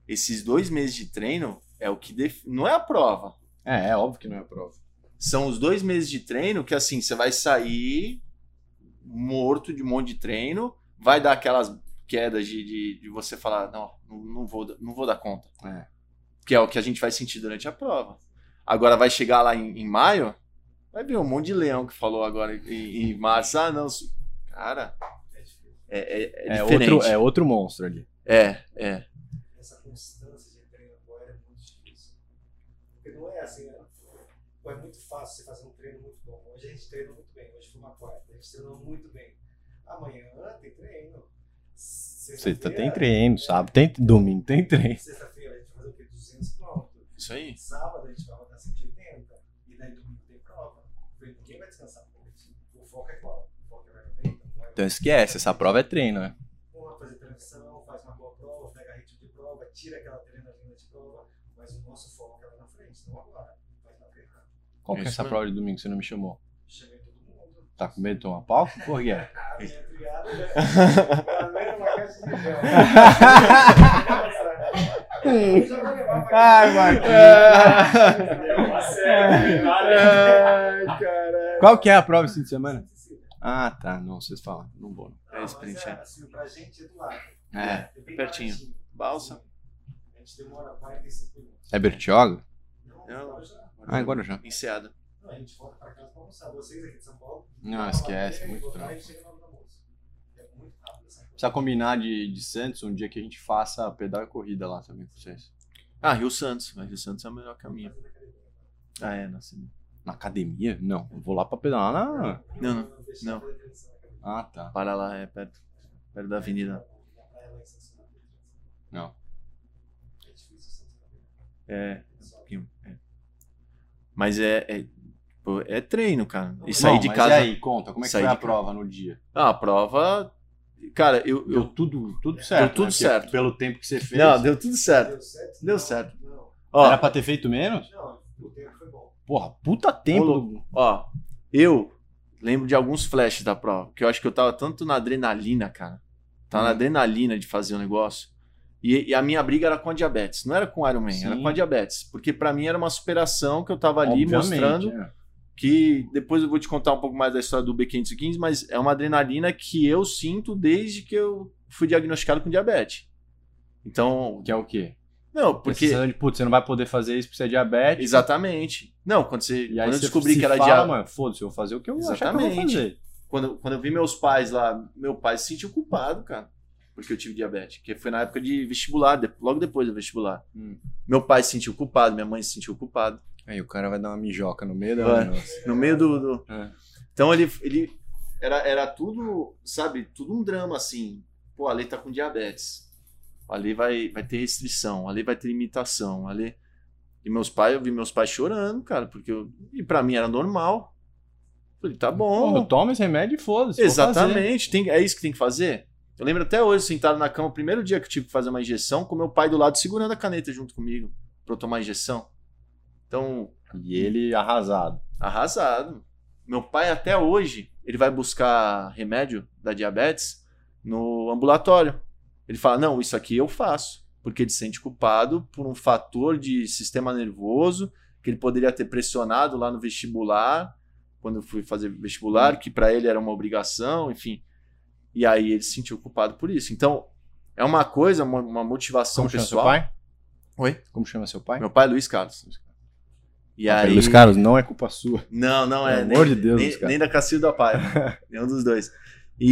Speaker 7: Esses dois meses de treino é o que. def- Não é a prova.
Speaker 1: É, é óbvio que não é a prova.
Speaker 7: São os dois meses de treino que, assim, você vai sair morto de um monte de treino, vai dar aquelas quedas de, de, de você falar: não, não- não vou, dar- não vou dar conta.
Speaker 1: É.
Speaker 7: Que é o que a gente vai sentir durante a prova. Agora vai chegar lá em, em maio, vai ver um monte de leão que falou agora em, em março. Ah, não. su- Cara. É, é, é
Speaker 1: É,
Speaker 7: diferente.
Speaker 1: outro, é outro monstro ali.
Speaker 7: É, é.
Speaker 2: Essa constância de treino agora é muito difícil. Porque não é assim, né? Pô, é muito fácil você fazer um treino muito bom. Hoje a gente treina muito bem, hoje foi uma quarta, a gente treinou muito bem. Amanhã tem treino.
Speaker 1: Sexta
Speaker 2: Sexta-feira-
Speaker 1: tá, tem treino, sábado tem domingo tem treino.
Speaker 2: Sexta-feira a gente vai fazer o quê? 200 quilômetros.
Speaker 7: Isso aí.
Speaker 2: Sábado a gente vai rodar 180 e daí domingo tem prova. Porque Ninguém vai descansar à noite. O foco é qual? O foco é vai bem, então vai.
Speaker 1: Então esquece, essa prova é treino, né?
Speaker 2: Uma fazer transição, faz uma boa prova, pega ritmo de prova, tira aquela adrenalina de prova, mas o nosso foco é lá na frente, não agora. Vai lá treinar.
Speaker 1: Qual que é
Speaker 7: Isso
Speaker 1: essa
Speaker 7: mesmo.
Speaker 1: prova de domingo que você não me chamou?
Speaker 2: Chamei todo mundo.
Speaker 1: Tá com medo de tomar pau? é? Por quê?
Speaker 2: Ah, minha é obrigada. Galera, uma caixa de gel. Eu já vou levar pra casa.
Speaker 7: É,
Speaker 2: né?
Speaker 1: Qual que é a prova esse fim de semana? Ah, tá. Não, vocês falam. Não vou. não.
Speaker 2: Não,
Speaker 7: É esse
Speaker 2: mas
Speaker 7: print,
Speaker 2: é,
Speaker 7: é.
Speaker 2: assim, pra gente é do lado.
Speaker 1: É.
Speaker 2: É bem
Speaker 7: Pertinho.
Speaker 2: baratinho.
Speaker 7: Balsa.
Speaker 2: A gente demora 45 minutos.
Speaker 1: É Bertioga?
Speaker 2: Não,
Speaker 7: Não.
Speaker 2: agora já.
Speaker 1: Ah, agora já.
Speaker 7: Enseada.
Speaker 2: Não, a gente volta pra casa pra almoçar. Vocês aqui de São Paulo.
Speaker 7: Ah,
Speaker 1: Não, esquece.
Speaker 2: Voltar,
Speaker 1: Muito
Speaker 2: voltar,
Speaker 1: trampo.
Speaker 2: e chega na hora do almoço. É muito rápido essa coisa.
Speaker 1: Precisa combinar de, de Santos um dia que a gente faça pedal e corrida lá também pra vocês.
Speaker 7: Ah, Rio Santos. Mas Rio Santos é o melhor caminho.
Speaker 2: Fazendo academia.
Speaker 7: Ah, é, nasci.
Speaker 1: Na academia? Não. Eu vou lá pra pedalar na...
Speaker 7: Não,
Speaker 2: deixa
Speaker 7: não.
Speaker 2: fazer transição na academia.
Speaker 1: Ah, tá.
Speaker 7: Para lá, é perto. Perto da avenida.
Speaker 2: Na praia lá em Santos,
Speaker 1: Não.
Speaker 2: É difícil Santos na avenida.
Speaker 7: É.
Speaker 2: Só-
Speaker 7: é. Mas é. É, pô, é treino, cara. E
Speaker 2: Não,
Speaker 7: sair
Speaker 1: Bom,
Speaker 7: de
Speaker 1: mas
Speaker 7: casa.
Speaker 1: E aí, conta. Como é que
Speaker 7: Sair
Speaker 1: foi a
Speaker 7: de casa.
Speaker 1: prova no dia?
Speaker 7: Ah, a prova. Cara, eu.
Speaker 1: Deu
Speaker 7: eu...
Speaker 1: tudo, tudo certo.
Speaker 7: tudo
Speaker 1: né? Porque
Speaker 7: certo.
Speaker 1: Pelo tempo que você fez.
Speaker 7: Não, deu tudo certo.
Speaker 2: Deu certo?
Speaker 7: Deu
Speaker 2: Não,
Speaker 7: certo.
Speaker 2: Não,
Speaker 1: Era
Speaker 7: Ó,
Speaker 1: pra ter feito menos?
Speaker 2: não, o tempo foi bom.
Speaker 1: Porra, puta
Speaker 7: Ô,
Speaker 1: tempo.
Speaker 7: ó. Eu lembro de alguns flashes da prova. Que eu acho que eu tava tanto na adrenalina, cara. Tava
Speaker 1: Hum.
Speaker 7: na adrenalina de fazer o negócio. E, e a minha briga era com a diabetes. Não era com o Iron Man, era
Speaker 1: Sim.
Speaker 7: com a diabetes. Porque pra mim era uma superação que eu tava ali
Speaker 1: Obviamente,
Speaker 7: mostrando.
Speaker 1: é.
Speaker 7: que depois eu vou te contar um pouco mais da história do B515, mas é uma adrenalina que eu sinto desde que eu fui diagnosticado com diabetes. Então,
Speaker 1: Que é o quê?
Speaker 7: não,
Speaker 1: Porque...
Speaker 7: porque
Speaker 1: de, putz, você não vai poder fazer isso porque você é diabetes.
Speaker 7: exatamente. Não, quando você
Speaker 1: E aí
Speaker 7: quando
Speaker 1: você
Speaker 7: eu descobri
Speaker 1: se
Speaker 7: que era
Speaker 1: fala,
Speaker 7: diabetes,
Speaker 1: mano, foda-se, eu vou fazer o que eu achar que eu vou
Speaker 7: Exatamente.
Speaker 1: fazer.
Speaker 7: quando, quando eu vi meus pais lá, meu pai se sentiu culpado, cara, porque eu tive diabetes, que foi na época de vestibular, de- logo depois do vestibular.
Speaker 1: Hum.
Speaker 7: Meu pai se sentiu culpado, minha mãe se sentiu culpada.
Speaker 1: Aí o cara vai dar uma mijoca no meio
Speaker 7: Vai.
Speaker 1: da nossa.
Speaker 7: No meio do. do-
Speaker 1: É.
Speaker 7: Então ele, ele era, era tudo, sabe, tudo um drama assim. Pô, a lei tá com diabetes. A lei vai, vai ter restrição, a lei vai ter limitação, a lei. E meus pais, eu vi meus pais chorando, cara, porque eu, e para mim era normal. Falei, tá bom.
Speaker 1: Porra, toma esse remédio e foda-se. vou fazer.
Speaker 7: Exatamente, tem, é isso que tem que fazer. Eu lembro até hoje, sentado na cama, o primeiro dia que eu tive que fazer uma injeção, com meu pai do lado segurando a caneta junto comigo pra eu tomar a injeção. Então,
Speaker 1: E ele arrasado.
Speaker 7: Arrasado. Meu pai até hoje, ele vai buscar remédio da diabetes no ambulatório. Ele fala: "Não, isso aqui eu faço", porque ele se sente culpado por um fator de sistema nervoso que ele poderia ter
Speaker 1: Hum.
Speaker 7: pressionado lá no vestibular, quando eu fui fazer vestibular, que para ele era uma obrigação, enfim. E aí ele se sentiu culpado por isso. Então, é uma coisa, uma, uma motivação
Speaker 1: Como chama seu
Speaker 7: pessoal.
Speaker 1: pai?
Speaker 7: Oi?
Speaker 1: Como chama seu pai?
Speaker 7: Meu pai é Luiz Carlos. E
Speaker 1: Ah,
Speaker 7: aí.
Speaker 1: Luiz Carlos, não é culpa sua.
Speaker 7: Não, não é.
Speaker 1: Pelo amor
Speaker 7: nem,
Speaker 1: de Deus,
Speaker 7: nem,
Speaker 1: Luiz Carlos.
Speaker 7: nem da Cacilda Pai. nenhum dos dois.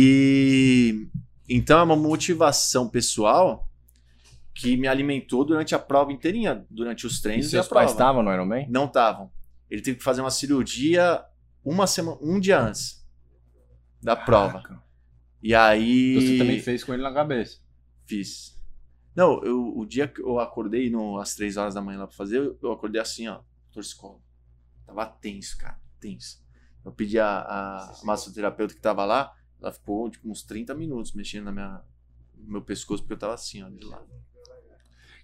Speaker 7: E então é uma motivação pessoal que me alimentou durante a prova inteirinha, durante os
Speaker 1: E
Speaker 7: treinos e, a
Speaker 1: seus
Speaker 7: prova.
Speaker 1: pais estavam no Iron Man?
Speaker 7: Não estavam. Ele teve que fazer uma cirurgia uma semana, um dia antes da prova.
Speaker 1: Caraca. Então,
Speaker 7: E aí
Speaker 1: Você também fez com ele na cabeça.
Speaker 7: fiz. Não, eu, o dia que eu acordei no, às três horas da manhã lá pra fazer, eu, eu acordei assim, ó, torcicolo. Tava tenso, cara, tenso. Eu pedi a, a massoterapeuta que tava lá, ela ficou tipo, uns 30 minutos mexendo na minha, no meu pescoço, porque eu tava assim, ó, de lado.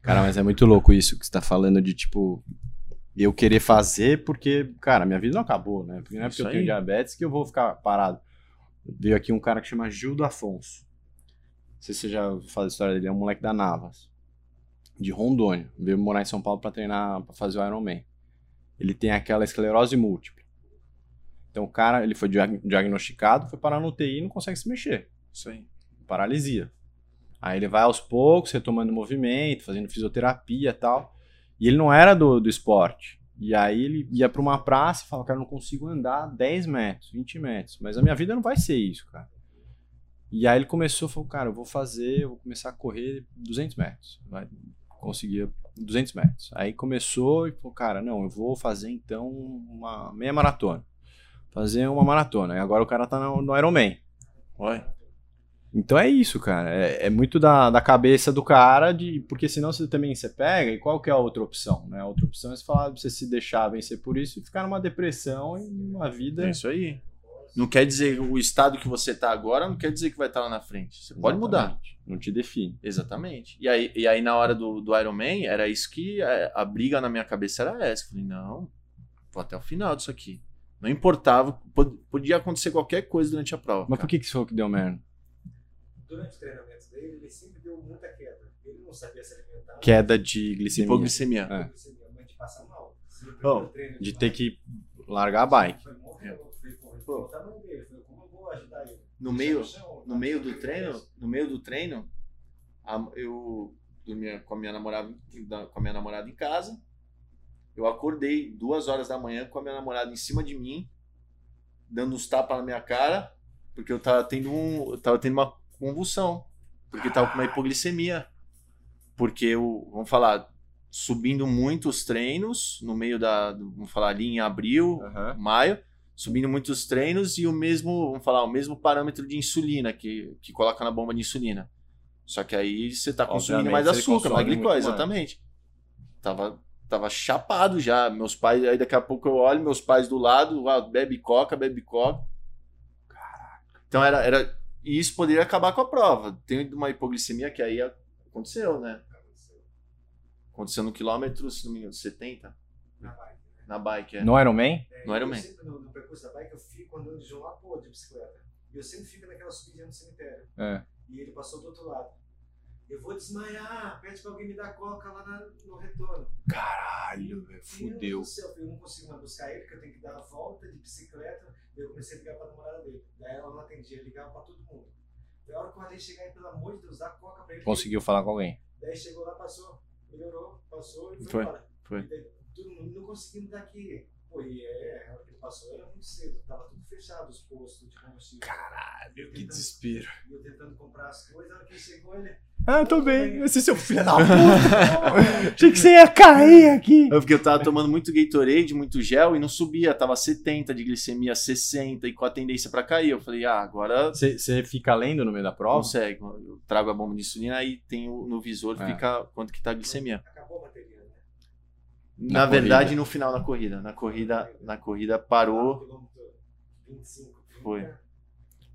Speaker 1: Cara, mas é muito louco isso que você tá falando de, tipo, eu querer fazer porque, cara, minha vida não acabou, né? Porque não é
Speaker 7: Isso
Speaker 1: porque eu
Speaker 7: aí.
Speaker 1: tenho diabetes que eu vou ficar parado. Veio aqui um cara que chama Gildo Afonso. Não sei se você já ouviu falar a história dele, é um moleque da Navas. De Rondônia. Veio morar em São Paulo pra treinar, pra fazer o Ironman. Ele tem aquela esclerose múltipla. Então o cara, ele foi diag- diagnosticado, foi parar no UTI e não consegue se mexer
Speaker 7: Isso aí.
Speaker 1: paralisia. Aí ele vai aos poucos, retomando o movimento, fazendo fisioterapia e tal. E ele não era do, do esporte. E aí ele ia pra uma praça e falava, cara, eu não consigo andar 10 metros, 20 metros. Mas a minha vida não vai ser isso, cara. E aí ele começou, falou, cara, eu vou fazer, eu vou começar a correr 200 metros. Vai conseguir 200 metros. Aí começou e falou, cara, não, eu vou fazer então uma meia maratona. Fazer uma maratona. E agora o cara tá no, no Ironman.
Speaker 7: Olha.
Speaker 1: Então é isso, cara. É, é muito da, da cabeça do cara, de porque senão você também você pega, e qual que é a outra opção? Né? A outra opção é você falar, você se deixar vencer por isso e ficar numa depressão e numa vida.
Speaker 7: É isso aí. Não quer dizer o estado que você tá agora, não quer dizer que vai estar lá na frente. Você pode mudar.
Speaker 1: Exatamente. Não te define.
Speaker 7: Exatamente. E aí, e aí na hora do, do Iron Man, era isso que é, a, briga na minha cabeça era essa. Eu falei, não, vou até o final disso aqui. Não importava, pod- podia acontecer qualquer coisa durante a prova.
Speaker 1: Mas por
Speaker 7: cara.
Speaker 1: que, que você falou que deu merda?
Speaker 2: Durante o treinamento dele, ele sempre deu muita queda. Ele não sabia se alimentar.
Speaker 7: é,
Speaker 1: Queda de glicemia.
Speaker 7: Hipoglicemia.
Speaker 1: É.
Speaker 2: Você via, mas de passar mal. Se no
Speaker 7: Bom,
Speaker 2: primeiro treino ele
Speaker 1: De
Speaker 2: tava-
Speaker 1: ter que largar a bike.
Speaker 2: Foi morrer, eu falei, pô, ele falou, tá no meio. Eu falei, como eu vou ajudar ele?
Speaker 7: No meio,
Speaker 2: Deixa chão,
Speaker 7: no
Speaker 2: tá?
Speaker 7: meio do treino, no meio do treino, a- eu dormia com a minha namorada, da- com a minha namorada em casa. Eu acordei duas horas da manhã com a minha namorada em cima de mim, dando uns tapas na minha cara, porque eu tava tendo um, eu tava tendo uma convulsão, porque tava com uma hipoglicemia. Porque eu, vamos falar, subindo muito os treinos no meio da, do- vamos falar ali em abril,
Speaker 1: Aham.
Speaker 7: maio, subindo muitos treinos e o mesmo, vamos falar, o mesmo parâmetro de insulina que, que coloca na bomba de insulina. Só que aí você tá consumindo
Speaker 1: Obviamente,
Speaker 7: mais
Speaker 1: você
Speaker 7: açúcar, mais
Speaker 1: consome muito
Speaker 7: glicose,
Speaker 1: mais.
Speaker 7: exatamente. Tava, tava chapado já. Meus pais, aí daqui a pouco eu olho, meus pais do lado, ah, bebe coca, bebe coca. Então era, era. E isso poderia acabar com a prova. Tem uma hipoglicemia que aí aconteceu, né? Aconteceu no quilômetro, se não me engano, 70.
Speaker 2: Na bike. né?
Speaker 7: Na bike, é.
Speaker 1: No Iron Man?
Speaker 2: É,
Speaker 7: No
Speaker 2: eu
Speaker 7: Ironman.
Speaker 2: sempre, no, no percurso da bike, eu fico andando de um lado pro outro de bicicleta. E eu sempre fico naquela subidinha no cemitério.
Speaker 1: É.
Speaker 2: E ele passou do outro lado. Eu vou desmaiar, pede pra alguém me dar coca lá na- no retorno.
Speaker 1: Caralho, velho,
Speaker 2: Meu Deus do céu, eu não consigo mais buscar ele, porque eu tenho que dar a volta de bicicleta. Daí eu comecei a ligar pra namorada dele. Daí ela não atendia, ligava pra todo mundo. Daí a hora que o Arley chegar aí, pelo amor de Deus, dá coca pra ele.
Speaker 1: Conseguiu falar com alguém.
Speaker 2: Daí chegou lá, passou, melhorou, passou e foi,
Speaker 7: Foi,
Speaker 2: embora.
Speaker 7: foi.
Speaker 2: E daí todo mundo não conseguindo daqui. Pô, e é, a hora que ele passou era muito cedo, tava tudo fechado os postos de combustível. Caralho,
Speaker 3: Que desespero.
Speaker 2: E eu tentando comprar as coisas, a hora que ele chegou, ele.
Speaker 1: Ah,
Speaker 2: tô bem.
Speaker 1: Esse seu filho da puta. Achei que você ia cair aqui.
Speaker 7: É porque eu tava tomando muito Gatorade, muito gel e não subia. Tava 70 de glicemia, 60 e com a tendência pra cair. Eu falei, ah, agora
Speaker 1: Você você fica lendo no meio da prova?
Speaker 7: consegue. Eu trago a bomba de insulina aí tem o- no visor
Speaker 1: É.
Speaker 7: fica quanto que tá a glicemia.
Speaker 2: Acabou a bateria, né?
Speaker 7: Na,
Speaker 1: Na
Speaker 7: verdade,
Speaker 1: corrida.
Speaker 7: no final da corrida, na corrida, na corrida parou.
Speaker 2: Quilômetro 25, 30.
Speaker 7: Foi.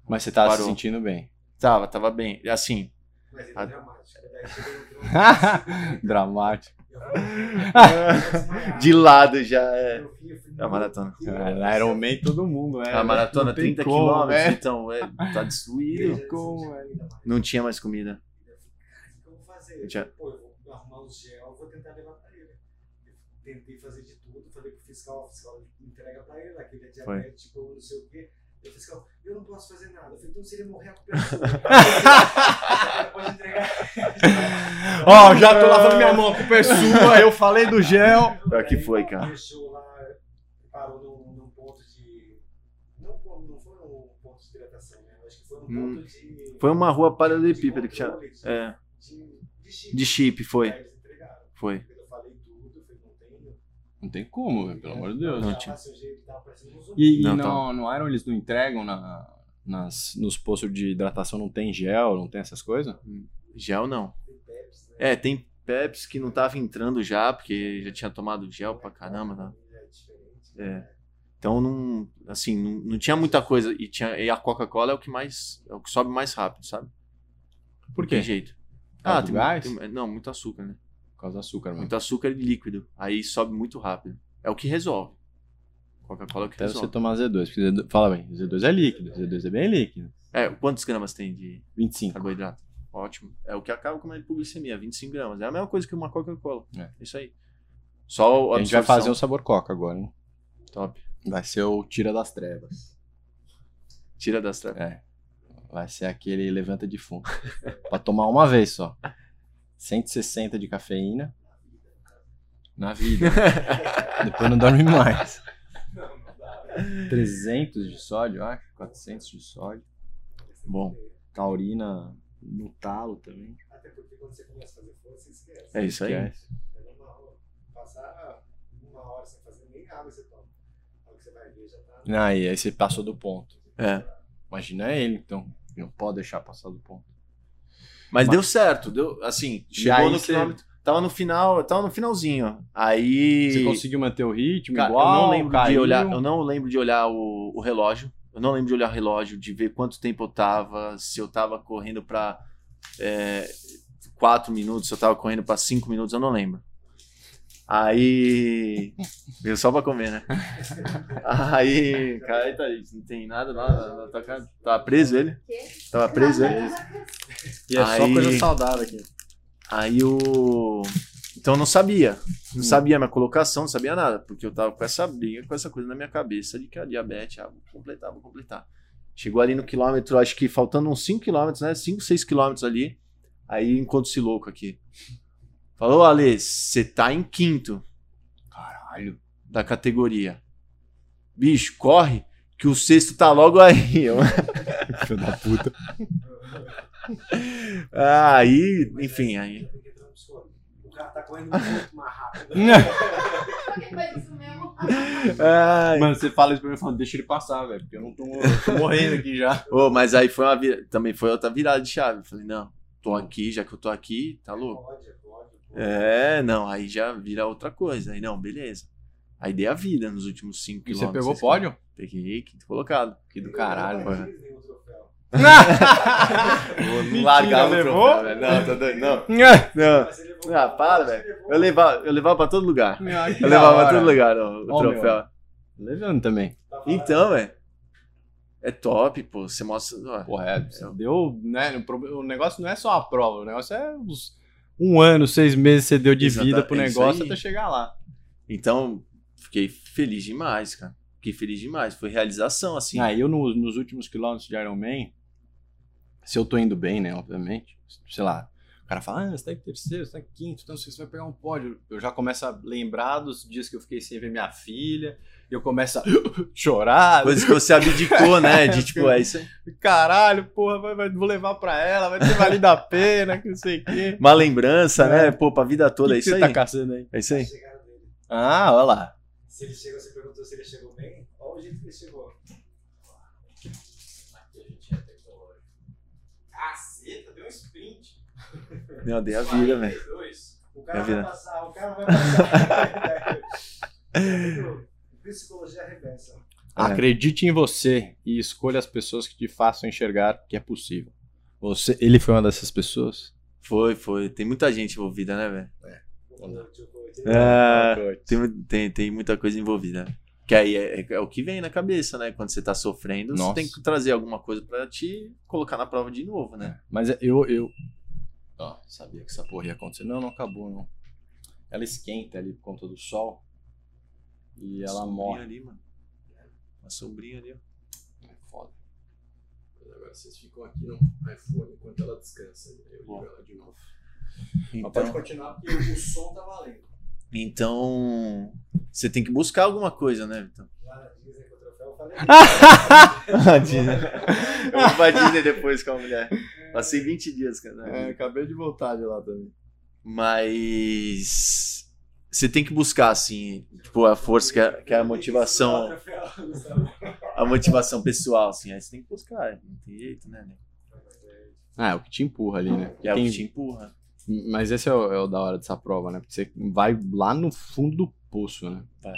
Speaker 1: Mas você tá se
Speaker 7: Parou.
Speaker 1: sentindo bem.
Speaker 7: Tava, tava bem. Assim,
Speaker 2: Mas ele
Speaker 7: Ah.
Speaker 2: é dramático. Daí chegou no quilômetro
Speaker 1: Dramático.
Speaker 2: Eu falei,
Speaker 7: de lado já é.
Speaker 2: Eu vi, eu falei,
Speaker 7: É a maratona.
Speaker 2: meu Deus
Speaker 1: Cara,
Speaker 2: do
Speaker 1: na
Speaker 2: céu.
Speaker 1: Iron Man todo mundo, né?
Speaker 7: A maratona
Speaker 1: Não tem
Speaker 7: 30
Speaker 1: como,
Speaker 7: quilômetros,
Speaker 1: né?
Speaker 7: então é, tá destruído.
Speaker 2: Veja,
Speaker 1: como,
Speaker 2: isso não tinha comida mais.
Speaker 7: Não tinha mais comida.
Speaker 2: O que eu vou fazer?
Speaker 7: Tinha-
Speaker 2: Pô, eu vou arrumar os gel, vou tentar levar pra ele. Eu tentei fazer de tudo, falei pro fiscal, o fiscal entrega pra ele, aquele é
Speaker 7: Foi.
Speaker 2: diabético, não sei o quê. E o fiscal, eu não posso fazer nada. Eu falei, então se ele morrer, a culpa é sua. Pode entregar.
Speaker 1: Ó, já tô lavando minha mão com sua, eu falei do gel.
Speaker 7: Pior que foi, cara.
Speaker 2: Deixou lá, parou num, num ponto de... Não, pô, não foi um ponto de hidratação, né? Acho que foi um
Speaker 7: Hum.
Speaker 2: ponto de...
Speaker 7: Foi uma rua paralelepípeda
Speaker 2: de
Speaker 7: que tinha.
Speaker 2: controle, de-
Speaker 7: É,
Speaker 2: De, de chip.
Speaker 7: de chip, foi.
Speaker 2: Aí eles entregaram.
Speaker 7: Foi.
Speaker 2: Eu falei tudo, eu falei, não tem...
Speaker 1: Não tem como, velho, pelo amor de Deus.
Speaker 7: Não
Speaker 2: Tava
Speaker 7: tinha.
Speaker 2: seu jeito, tava parecendo um zumbi.
Speaker 1: E, e
Speaker 7: Não,
Speaker 1: não,
Speaker 7: tá.
Speaker 1: no Iron eles não entregam na, nas, nos postos de hidratação, não tem gel, não tem essas coisas?
Speaker 7: Gel não.
Speaker 2: Tem Pepsi, né?
Speaker 7: É, tem Pepsi que não tava entrando já, porque já tinha tomado gel pra caramba, né?
Speaker 2: É diferente.
Speaker 7: É. Então não, assim, não, não tinha muita coisa e tinha e a Coca-Cola é o que mais, é o que sobe mais rápido, sabe?
Speaker 1: Por
Speaker 7: Tem
Speaker 1: quê?
Speaker 7: jeito.
Speaker 1: Ah, do gás?
Speaker 7: tem- não, muito açúcar, né?
Speaker 1: Por causa do açúcar, mano.
Speaker 7: Muito açúcar e líquido. Aí sobe muito rápido. É o que resolve. Coca-Cola é o que
Speaker 1: Até você
Speaker 7: resolve.
Speaker 1: tomar Z2, porque Z2, fala bem, Z2 é líquido, Z2 é bem líquido.
Speaker 7: É, quantos gramas tem de
Speaker 1: 25.
Speaker 7: carboidrato? Ótimo. É o que acaba com a hipoglicemia, 25 gramas. É a mesma coisa que uma Coca-Cola.
Speaker 1: É.
Speaker 7: Isso aí. Só
Speaker 1: E a gente vai fazer um
Speaker 7: absorção.
Speaker 1: sabor coca agora, hein?
Speaker 7: Top.
Speaker 1: Vai ser o tira das trevas.
Speaker 7: Tira das trevas.
Speaker 1: É. Vai ser aquele levanta de fundo. pra tomar uma vez só. 160 de cafeína. Na vida. né? Depois não dorme mais. 300 de sódio, eu acho. 400 de sódio.
Speaker 7: Bom,
Speaker 1: Taurina no talo também.
Speaker 2: Até porque quando você começa a fazer força, você esquece.
Speaker 7: é isso aí.
Speaker 1: Esquece.
Speaker 2: É normal. Passar uma hora sem fazer nem água você toma. A hora que você vai ver já tá.
Speaker 1: Né, Aí, aí você passou do ponto.
Speaker 7: É.
Speaker 1: Imagina ele, então. Não pode deixar passar do ponto. Mas-
Speaker 7: Mas, deu certo, deu assim,
Speaker 1: E
Speaker 7: chegou
Speaker 1: aí
Speaker 7: no
Speaker 1: você-
Speaker 7: quilômetro, tava no final, tava no finalzinho. Aí
Speaker 1: Você conseguiu manter o ritmo
Speaker 7: Cara,
Speaker 1: igual?
Speaker 7: eu não lembro de
Speaker 1: caiu?
Speaker 7: olhar, eu não lembro de olhar o, o relógio. Eu não lembro de olhar o relógio, de ver quanto tempo eu tava, se eu tava correndo pra é, quatro minutos, se eu tava correndo pra cinco minutos, eu não lembro. Aí. Veio só pra comer, né? Aí. Cara, aí tá aí, não tem nada lá na, na tua casa. Tava preso ele?
Speaker 4: Quê?
Speaker 7: Tava preso ele?
Speaker 1: E é só
Speaker 7: Aí-
Speaker 1: coisa saudável aqui.
Speaker 7: Aí o. Então eu não sabia. Não sabia a minha colocação, não sabia nada. Porque eu tava com essa briga, com essa coisa na minha cabeça de que a diabetes, ah, vou completar, vou completar. Chegou ali no quilômetro, acho que faltando uns 5 quilômetros, né? 5, 6 quilômetros ali. Aí encontro esse louco aqui. Falou, Ale, você tá em quinto
Speaker 1: Caralho.
Speaker 7: da categoria. Bicho, corre, que o sexto tá logo aí. Eu-
Speaker 1: Filho da puta.
Speaker 7: Ah, aí, enfim, aí.
Speaker 2: Tem que entrar no psicólogo. O cara tá correndo muito mais rápido.
Speaker 4: Qualquer coisa, isso mesmo. Ah,
Speaker 7: Ai,
Speaker 1: Mano, você fala isso pra mim e fala, deixa ele passar, velho, porque eu não tô, eu tô morrendo aqui já.
Speaker 7: Ô, mas aí foi uma vira- também foi outra virada de chave. Falei, não, tô aqui, já que eu tô aqui, tá louco?
Speaker 2: Pode, pode, pode.
Speaker 7: É, não, aí já vira outra coisa. Aí não, beleza. Aí dei a vida nos últimos 5
Speaker 1: E você
Speaker 7: quilômetros.
Speaker 1: pegou o
Speaker 7: seis
Speaker 1: pódio?
Speaker 7: quilômetros. Peguei, quinto colocado.
Speaker 1: Que do
Speaker 2: Eu
Speaker 1: caralho,
Speaker 2: não
Speaker 1: velho.
Speaker 2: fiz nenhum troféu.
Speaker 7: Vou não
Speaker 1: Mentira,
Speaker 7: largar o
Speaker 1: levou?
Speaker 7: troféu, velho. Não, tá doido, não. Não,
Speaker 2: Mas ele levou-
Speaker 7: Ah, para,
Speaker 2: acho que levou-
Speaker 7: eu levava, eu levava pra todo lugar. Eu
Speaker 1: Eu
Speaker 7: levava pra todo lugar ó, o
Speaker 1: Ó, meu.
Speaker 7: troféu.
Speaker 1: Levando também.
Speaker 2: Tá falando-
Speaker 7: Então, velho. É top, pô. Você mostra. ó,
Speaker 1: Porra, é, você deu, né, o pro- o negócio não é só a prova, o negócio é uns um ano, seis meses você deu de
Speaker 7: Exata-
Speaker 1: vida pro
Speaker 7: é isso
Speaker 1: negócio
Speaker 7: aí.
Speaker 1: até chegar lá.
Speaker 7: Então, fiquei feliz demais, cara. Fiquei feliz demais. Foi realização, assim.
Speaker 1: Sim. Aí Ah, eu, no- nos últimos quilômetros de Iron Man, se eu tô indo bem, né, obviamente, sei lá, o cara fala, ah, você tá em terceiro, você tá em quinto, então você vai pegar um pódio. Eu já começo a lembrar dos dias que eu fiquei sem ver minha filha, e eu começo a chorar.
Speaker 7: Coisa que você abdicou, né? De tipo, é isso aí.
Speaker 1: Caralho, porra, vai, vai- vou levar pra ela, vai ter valido a pena, que não sei o quê.
Speaker 7: Uma lembrança, né? Pô, pra vida
Speaker 1: O que
Speaker 7: toda, é
Speaker 1: que
Speaker 7: isso
Speaker 1: você
Speaker 7: aí.
Speaker 1: tá caçando aí?
Speaker 7: É isso aí.
Speaker 2: Chegaram nele.
Speaker 1: Ah, olha lá.
Speaker 2: Se ele chegou, você perguntou se ele chegou bem? Olha o jeito que ele chegou.
Speaker 6: Aqui a gente é tecnológico. Caceta, deu um sprint.
Speaker 7: Meu, dei a vida, velho.
Speaker 6: 42.
Speaker 2: O
Speaker 7: É
Speaker 2: cara vai
Speaker 7: verdade.
Speaker 2: passar, o cara vai passar. Psicologia reversa.
Speaker 1: Acredite em você e escolha as pessoas que te façam enxergar que é possível. Você, ele foi uma dessas pessoas?
Speaker 7: Foi, foi. Tem muita gente envolvida, né, velho?
Speaker 1: Ah,
Speaker 7: É, tem, tem, tem muita coisa envolvida. Que aí é, é- é o que vem na cabeça, né? Quando você tá sofrendo, você
Speaker 1: Nossa.
Speaker 7: tem que trazer alguma coisa pra te colocar na prova de novo, né?
Speaker 1: Mas eu, eu. Ó, sabia que essa porra ia acontecer. Não, não acabou, não. Ela esquenta ali por conta do sol. E ela
Speaker 7: Sombrinha
Speaker 1: morre.
Speaker 7: ali, mano. Uma sombrinha ali, ó.
Speaker 1: É
Speaker 10: foda. Mas agora vocês ficam aqui no iPhone enquanto ela descansa. né? Eu ligo
Speaker 7: Boa.
Speaker 10: ela de novo.
Speaker 6: Mas pode
Speaker 7: Então,
Speaker 6: continuar porque o som tá valendo.
Speaker 7: então você tem que buscar alguma coisa, né, Vitão?
Speaker 2: Lá na Disney com o troféu, eu falei.
Speaker 7: Ah, Eu vou pra Disney depois com a mulher. Passei 20 dias, cara.
Speaker 1: É, acabei de voltar de lá também.
Speaker 7: Mas você tem que buscar, assim, tipo, a força que é, que é a motivação. a motivação pessoal, assim, aí você tem que buscar, não tem jeito, né? né?
Speaker 1: Ah, é o que te empurra ali, né?
Speaker 7: Que é o que
Speaker 1: Tem-
Speaker 7: te empurra.
Speaker 1: Mas esse é o, é o da hora dessa prova, né? Porque você vai lá no fundo do poço, né?
Speaker 7: Vai.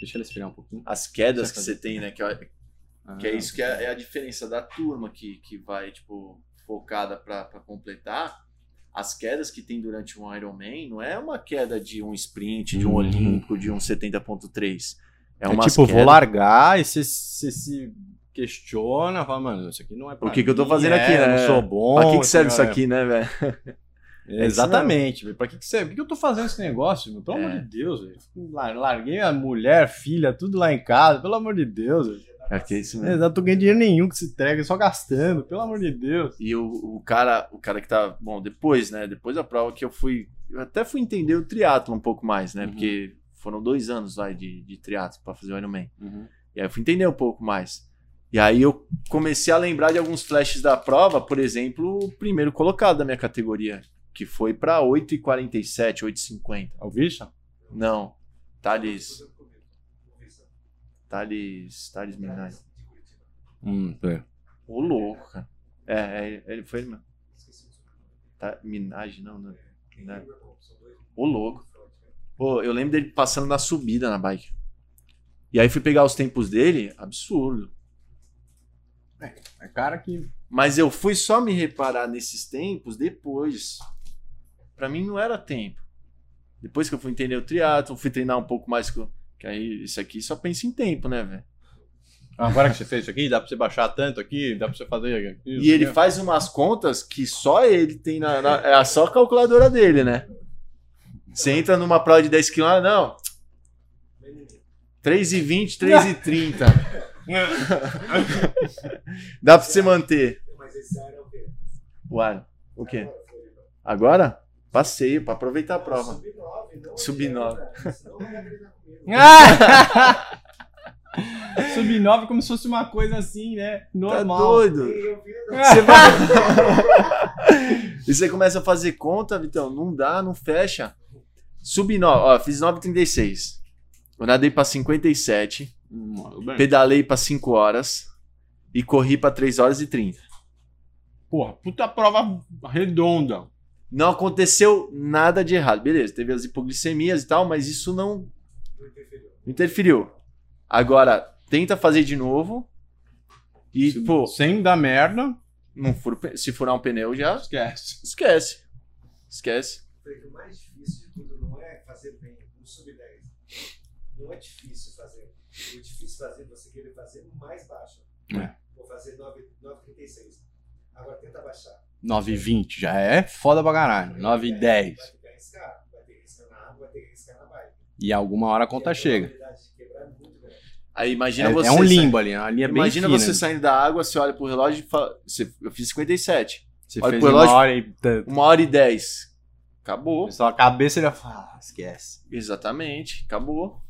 Speaker 1: Deixa ela esfriar um pouquinho.
Speaker 7: As quedas que
Speaker 1: Certo.
Speaker 7: você tem, né? Que, é- que é isso que é, é a diferença da turma que, que vai, tipo, focada pra, pra completar. As quedas que tem durante um Ironman não é uma queda de um sprint, de um
Speaker 1: Uhum.
Speaker 7: olímpico, de um 70.3. É
Speaker 1: É
Speaker 7: uma
Speaker 1: tipo, vou largar e você, você se questiona, fala, mano, isso aqui não é pra
Speaker 7: O que que eu tô
Speaker 1: mim,
Speaker 7: fazendo
Speaker 1: é,
Speaker 7: aqui,
Speaker 1: eu
Speaker 7: né?
Speaker 1: Não sou bom.
Speaker 7: Pra que, que
Speaker 1: assim,
Speaker 7: serve isso
Speaker 1: é,
Speaker 7: aqui, né, velho?
Speaker 1: É Exatamente, velho. Pra que, que serve? Por que que eu tô fazendo esse negócio? meu? Pelo
Speaker 7: É.
Speaker 1: amor de Deus, velho. Lar- Larguei a mulher, filha, tudo lá em casa, pelo amor de Deus. velho.
Speaker 7: É que é isso mesmo.
Speaker 1: Eu não tô ganhando dinheiro nenhum que se entrega, só gastando, pelo amor de Deus.
Speaker 7: E o, o cara, o cara que tá, bom, depois, né, depois da prova que eu fui, eu até fui entender o triatlo um pouco mais, né,
Speaker 1: Uhum.
Speaker 7: porque foram dois anos lá de, de triatlo para fazer o Ironman.
Speaker 1: Uhum.
Speaker 7: E aí eu fui entender um pouco mais. E aí eu comecei a lembrar de alguns flashes da prova, por exemplo, o primeiro colocado da minha categoria, que foi para 8h47, 8h50.
Speaker 1: É o Vicha?
Speaker 7: Não, Thales, Thales, Thales Minaj.
Speaker 1: Hum, é.
Speaker 7: Ô, louco, cara. É, é, ele foi ele mesmo. Tá, Minaj, não, não. Minaj. Ô, louco. Pô, eu lembro dele passando na subida na bike. E aí fui pegar os tempos dele, absurdo.
Speaker 1: É cara que.
Speaker 7: Mas eu fui só me reparar nesses tempos depois. Pra mim não era tempo. Depois que eu fui entender o triatlo, fui treinar um pouco mais com- que aí isso aqui só pensa em tempo, né, velho?
Speaker 1: Agora que você fez isso aqui, dá pra você baixar tanto aqui, dá pra você fazer. Isso,
Speaker 7: E ele
Speaker 1: né?
Speaker 7: faz umas contas que só ele tem na, na- é só a calculadora dele, né? Você entra numa prova de 10 km, ah, não. 3,20, 3,30. Dá pra você manter.
Speaker 2: Mas esse ar é o quê?
Speaker 7: Uai, o quê?
Speaker 2: Agora, Floripa.
Speaker 7: Agora? Passeio, pra aproveitar a
Speaker 2: Não,
Speaker 7: prova.
Speaker 2: Sub 9, não.
Speaker 7: Sub
Speaker 2: adianta, senão não vai treinar comigo.
Speaker 1: Sub-9 é como se fosse uma coisa assim, né?
Speaker 7: Tá
Speaker 1: Normal.
Speaker 7: doido.
Speaker 2: E eu vi na
Speaker 7: Você vai... e você começa a fazer conta, Vitão. Não dá, não fecha. Sub 9, ó, fiz 9,36. Eu nadei pra 57. Pedalei pra 5 horas. E corri pra 3 horas e 30.
Speaker 1: Porra, puta prova redonda.
Speaker 7: Não aconteceu nada de errado. Beleza, teve as hipoglicemias e tal, mas isso não Ah! interferiu. Agora, tenta fazer de novo. E, pô,
Speaker 1: Sem dar merda,
Speaker 7: não furo- se furar um pneu já,
Speaker 1: esquece.
Speaker 7: esquece. Esquece.
Speaker 2: Porque o mais difícil de tudo não é fazer bem no sub-10. Não é difícil fazer. O difícil fazer é você querer fazer mais baixo.
Speaker 1: É.
Speaker 2: Vou fazer 9 9,36. Agora tenta baixar.
Speaker 1: 9,20 já é foda pra caralho.
Speaker 2: Vai
Speaker 1: 9,10.
Speaker 2: ter que arriscar. Vai ter que arriscar na água, vai ter que arriscar na bike.
Speaker 1: E alguma hora a
Speaker 2: E
Speaker 1: conta
Speaker 2: a
Speaker 1: chega.
Speaker 2: probabilidade de quebrar é muito grande.
Speaker 7: Aí
Speaker 1: É,
Speaker 7: imagina você.
Speaker 1: é um
Speaker 7: sa-
Speaker 1: limbo ali, uma linha
Speaker 7: imagina
Speaker 1: bem fina.
Speaker 7: você saindo da água, você olha pro relógio e fala. você- eu fiz 57.
Speaker 1: Você
Speaker 7: olha
Speaker 1: fez
Speaker 7: pro
Speaker 1: uma
Speaker 7: relógio-
Speaker 1: hora e tanto.
Speaker 7: Uma hora e dez. Acabou.
Speaker 1: Só a cabeça ele vai falar, ah, esquece.
Speaker 7: Exatamente, acabou.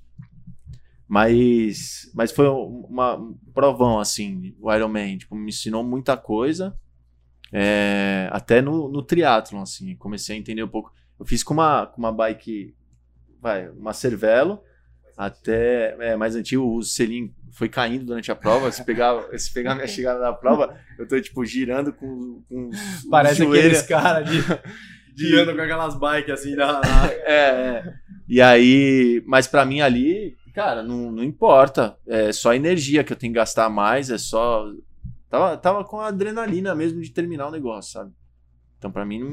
Speaker 7: Mas, mas foi um- uma, um provão, assim, o Iron Man. Tipo, me ensinou muita coisa. É, até no, no triatlon, assim. Comecei a entender um pouco. Eu fiz com uma, com uma bike, vai, uma Cervelo. Até é, mais antigo, o selim foi caindo durante a prova. Se pegar, se pegar minha chegada na prova, eu tô, tipo, girando com, com os
Speaker 1: Parece
Speaker 7: joelhos
Speaker 1: aqueles caras de.
Speaker 7: de-
Speaker 1: com aquelas bikes assim da.
Speaker 7: é, é. E aí, mas pra mim ali, cara, não, não importa. É só energia que eu tenho que gastar mais, é só. Tava, tava com a adrenalina mesmo de terminar o negócio, sabe? Então pra mim não,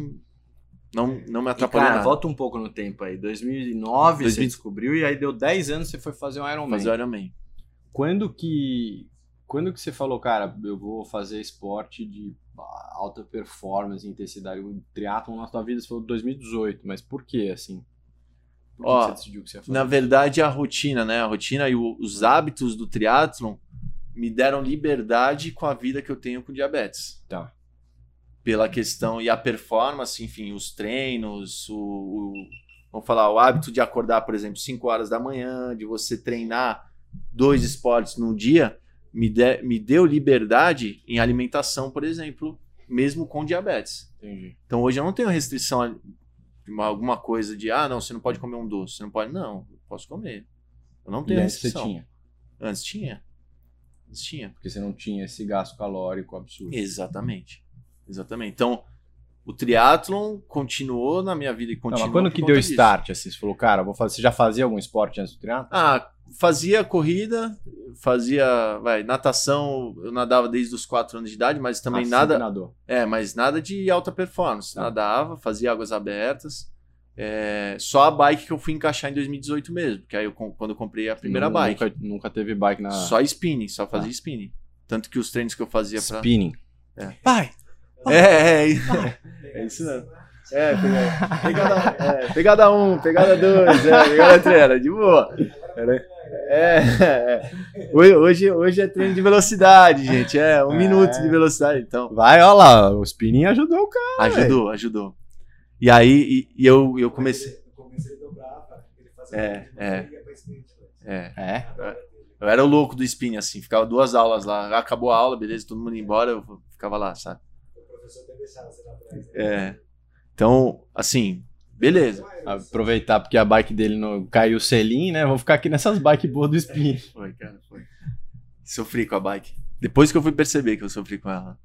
Speaker 7: não, não me
Speaker 1: E,
Speaker 7: atrapalhou
Speaker 1: cara,
Speaker 7: nada
Speaker 1: volta um pouco no tempo aí. 2009 você
Speaker 7: 2000.
Speaker 1: descobriu e aí deu 10 anos você foi fazer um Ironman.
Speaker 7: fazer o Iron Man.
Speaker 1: Quando que quando que você falou, cara, eu vou fazer esporte de alta performance, intensidade, um triatlon na sua vida? Você falou 2018, mas por que assim? Por que
Speaker 7: Ó,
Speaker 1: que você decidiu que você ia fazer?
Speaker 7: Na verdade, a rotina, né? A rotina e o- os hábitos do triatlon me deram liberdade com a vida que eu tenho com diabetes.
Speaker 1: Tá.
Speaker 7: Pela questão e a performance, enfim, os treinos, o, o- vamos falar, o hábito de acordar, por exemplo, 5 horas da manhã, de você treinar dois esportes num dia, me, de- me deu liberdade em alimentação, por exemplo, mesmo com diabetes.
Speaker 1: Entendi.
Speaker 7: Então hoje eu não tenho restrição a de uma- alguma coisa de, ah, não, você não pode comer um doce, você não pode, não, eu posso comer. Eu não
Speaker 1: E
Speaker 7: tenho
Speaker 1: antes você
Speaker 7: restrição.
Speaker 1: tinha,
Speaker 7: Antes tinha. Antes tinha.
Speaker 1: porque você não tinha esse gasto calórico absurdo.
Speaker 7: Exatamente. Exatamente. Então, o triatlon continuou na minha vida e
Speaker 1: Não,
Speaker 7: continua.
Speaker 1: Tá, mas quando
Speaker 7: por
Speaker 1: que
Speaker 7: conta
Speaker 1: deu
Speaker 7: disso.
Speaker 1: start? Assim, você falou, cara, vou fazer, você já fazia algum esporte antes do triatlo?
Speaker 7: Ah, fazia corrida, fazia, vai, natação, eu nadava desde os 4 anos de idade, mas
Speaker 1: Ah,
Speaker 7: também nada, é, mas nada de alta performance.
Speaker 1: Tá.
Speaker 7: Nadava, fazia águas abertas. É, só a bike que eu fui encaixar em 2018 mesmo, que aí eu com- quando eu comprei a primeira bike.
Speaker 1: Nunca, Tá. nunca teve bike na.
Speaker 7: Só spinning, só fazia spinning. Tanto que os treinos que eu fazia pra.
Speaker 1: Spinning.
Speaker 7: Vai! É, é,
Speaker 2: É
Speaker 1: isso mesmo.
Speaker 7: É, pegada, é, pegada um, pegada dois, é, pegada três, era de boa. É, é. Ho- Hoje, hoje é treino de velocidade, gente. É um
Speaker 1: É.
Speaker 7: minuto de velocidade, então.
Speaker 1: Vai, olha lá, o spinning ajudou o cara.
Speaker 7: Ajudou, ajudou. E aí, e, e eu, eu comecei.
Speaker 2: No começo ele dobrava, ele fazia
Speaker 7: É,
Speaker 2: uma
Speaker 7: é.
Speaker 2: briga pra sprint, né?
Speaker 7: É,
Speaker 1: É.
Speaker 7: eu era o louco do spin, assim, ficava duas aulas lá. ah, Acabou a aula, beleza, todo mundo ia embora, eu ficava lá, sabe?
Speaker 2: O professor até deixava você lá atrás. né?
Speaker 7: É. Então, assim, beleza.
Speaker 1: Aproveitar porque a bike dele não caiu o selim, né? Vou ficar aqui nessas bikes boas do spinning.
Speaker 7: Foi, cara, foi. Sofri com a bike. Depois que eu fui perceber que eu sofri com ela.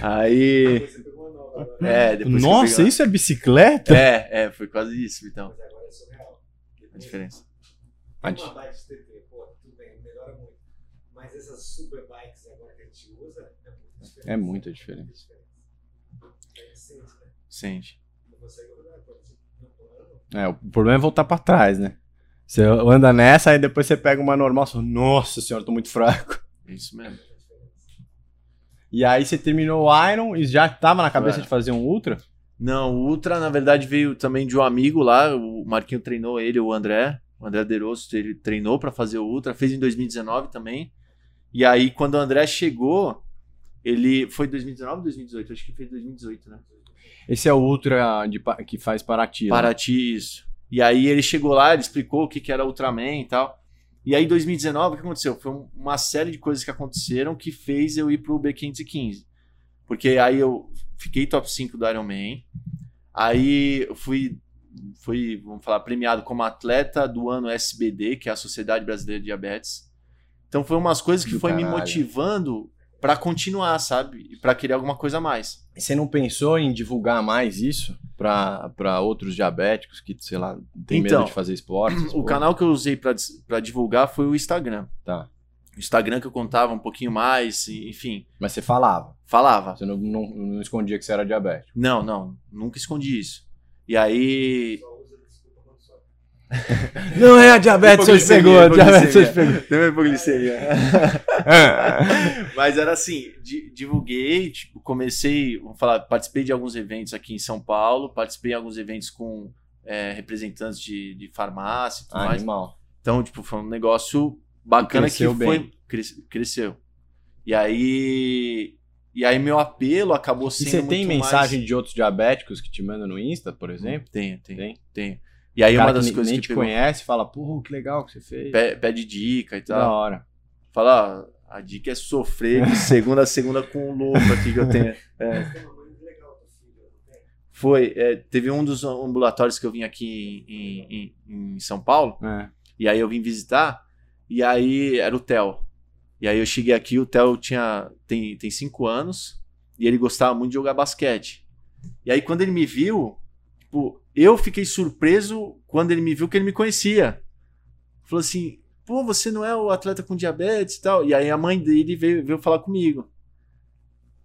Speaker 7: Aí.
Speaker 2: Você pegou uma nova agora,
Speaker 7: É, depois que eu
Speaker 1: Nossa,
Speaker 7: peguei
Speaker 1: isso é bicicleta?
Speaker 7: lá. É, é, foi quase isso, então,
Speaker 2: mas agora é surreal.
Speaker 7: a diferença.
Speaker 2: Uma bike de TT, pô, tudo bem, melhora muito. Mas essas super bikes agora que a gente usa é muito diferente.
Speaker 1: É muito diferente.
Speaker 2: É sente, né?
Speaker 7: Sente.
Speaker 2: Não consegue olhar quando você tá pulando.
Speaker 1: É, o problema é voltar pra trás, né? Você anda nessa, aí depois você pega uma normal, você fala, nossa senhora, tô muito fraco.
Speaker 7: É isso mesmo.
Speaker 1: E aí você terminou o Iron e já tava na cabeça
Speaker 7: Claro.
Speaker 1: de fazer um Ultra?
Speaker 7: Não, o Ultra, na verdade, veio também de um amigo lá. O Marquinho treinou ele, o André. O André Derosso, ele treinou pra fazer o Ultra. Fez em 2019 também. E aí, quando o André chegou, ele. Foi 2019 ou 2018? Acho que foi 2018, né?
Speaker 1: Esse é o Ultra de pa- que faz Paraty. né?
Speaker 7: Paraty, isso. E aí ele chegou lá, ele explicou o que, que era Ultraman e tal. E aí, em 2019, o que aconteceu? Foi um- uma série de coisas que aconteceram que fez eu ir pro B515. Porque aí eu fiquei top 5 do Ironman. Aí eu fui, fui, vamos falar, premiado como atleta do ano SBD, que é a Sociedade Brasileira de Diabetes. Então foi umas coisas que
Speaker 1: Do
Speaker 7: foi me
Speaker 1: caralho.
Speaker 7: motivando pra continuar, sabe? E pra querer alguma coisa a mais.
Speaker 1: Você não pensou em divulgar mais isso pra pra outros diabéticos que, sei lá, tem medo
Speaker 7: Então,
Speaker 1: de fazer esporte? essas
Speaker 7: O
Speaker 1: coisas?
Speaker 7: canal que eu usei pra dis- pra divulgar foi o Instagram.
Speaker 1: Tá.
Speaker 7: O Instagram que eu contava um pouquinho mais, e- enfim,
Speaker 1: Mas você falava.
Speaker 7: falava.
Speaker 1: Você não, não- não escondia que você era diabético.
Speaker 7: Não, não, nunca escondi isso. E aí.
Speaker 2: Só usa desculpa quando sobe.
Speaker 1: Não é a diabetes hoje pegou, a diabetes hoje pegou.
Speaker 7: Tem hipoglicemia.
Speaker 1: É.
Speaker 7: Mas era assim, di- divulguei, tipo, comecei, vamos falar, participei de alguns eventos aqui em São Paulo, participei de alguns eventos com é, representantes de, de farmácia e tudo mais.
Speaker 1: Animal.
Speaker 7: Então, tipo, foi um negócio bacana
Speaker 1: E cresceu
Speaker 7: que foi. cres- cresceu. E aí. E aí meu apelo acabou
Speaker 1: E
Speaker 7: sendo.
Speaker 1: você tem
Speaker 7: muito mais-
Speaker 1: mensagem de outros diabéticos que te mandam no Insta, por exemplo?
Speaker 7: Tenho, tenho.
Speaker 1: Tem?
Speaker 7: Tenho. E aí
Speaker 1: Cara
Speaker 7: uma das
Speaker 1: que
Speaker 7: coisas
Speaker 1: nem
Speaker 7: que
Speaker 1: te
Speaker 7: pegou-
Speaker 1: conhece fala, pô, que legal que você fez.
Speaker 7: pe- pede dica e
Speaker 1: Da
Speaker 7: tal.
Speaker 1: hora.
Speaker 7: Fala, ó, a dica é sofrer de segunda a segunda com o louco aqui que eu tenho. É.
Speaker 2: Mas tem uma mãe muito legal do filho, não tem?
Speaker 7: Foi. é, teve um dos ambulatórios que eu vim aqui em- em- em- em São Paulo.
Speaker 1: É.
Speaker 7: E aí eu vim visitar, e aí era o Theo. E aí eu cheguei aqui, o Theo tinha, tem, tem cinco anos, e ele gostava muito de jogar basquete. E aí quando ele me viu, tipo, eu fiquei surpreso quando ele me viu que ele me conhecia. Falou assim, pô, você não é o atleta com diabetes e tal. E aí a mãe dele veio, veio falar comigo.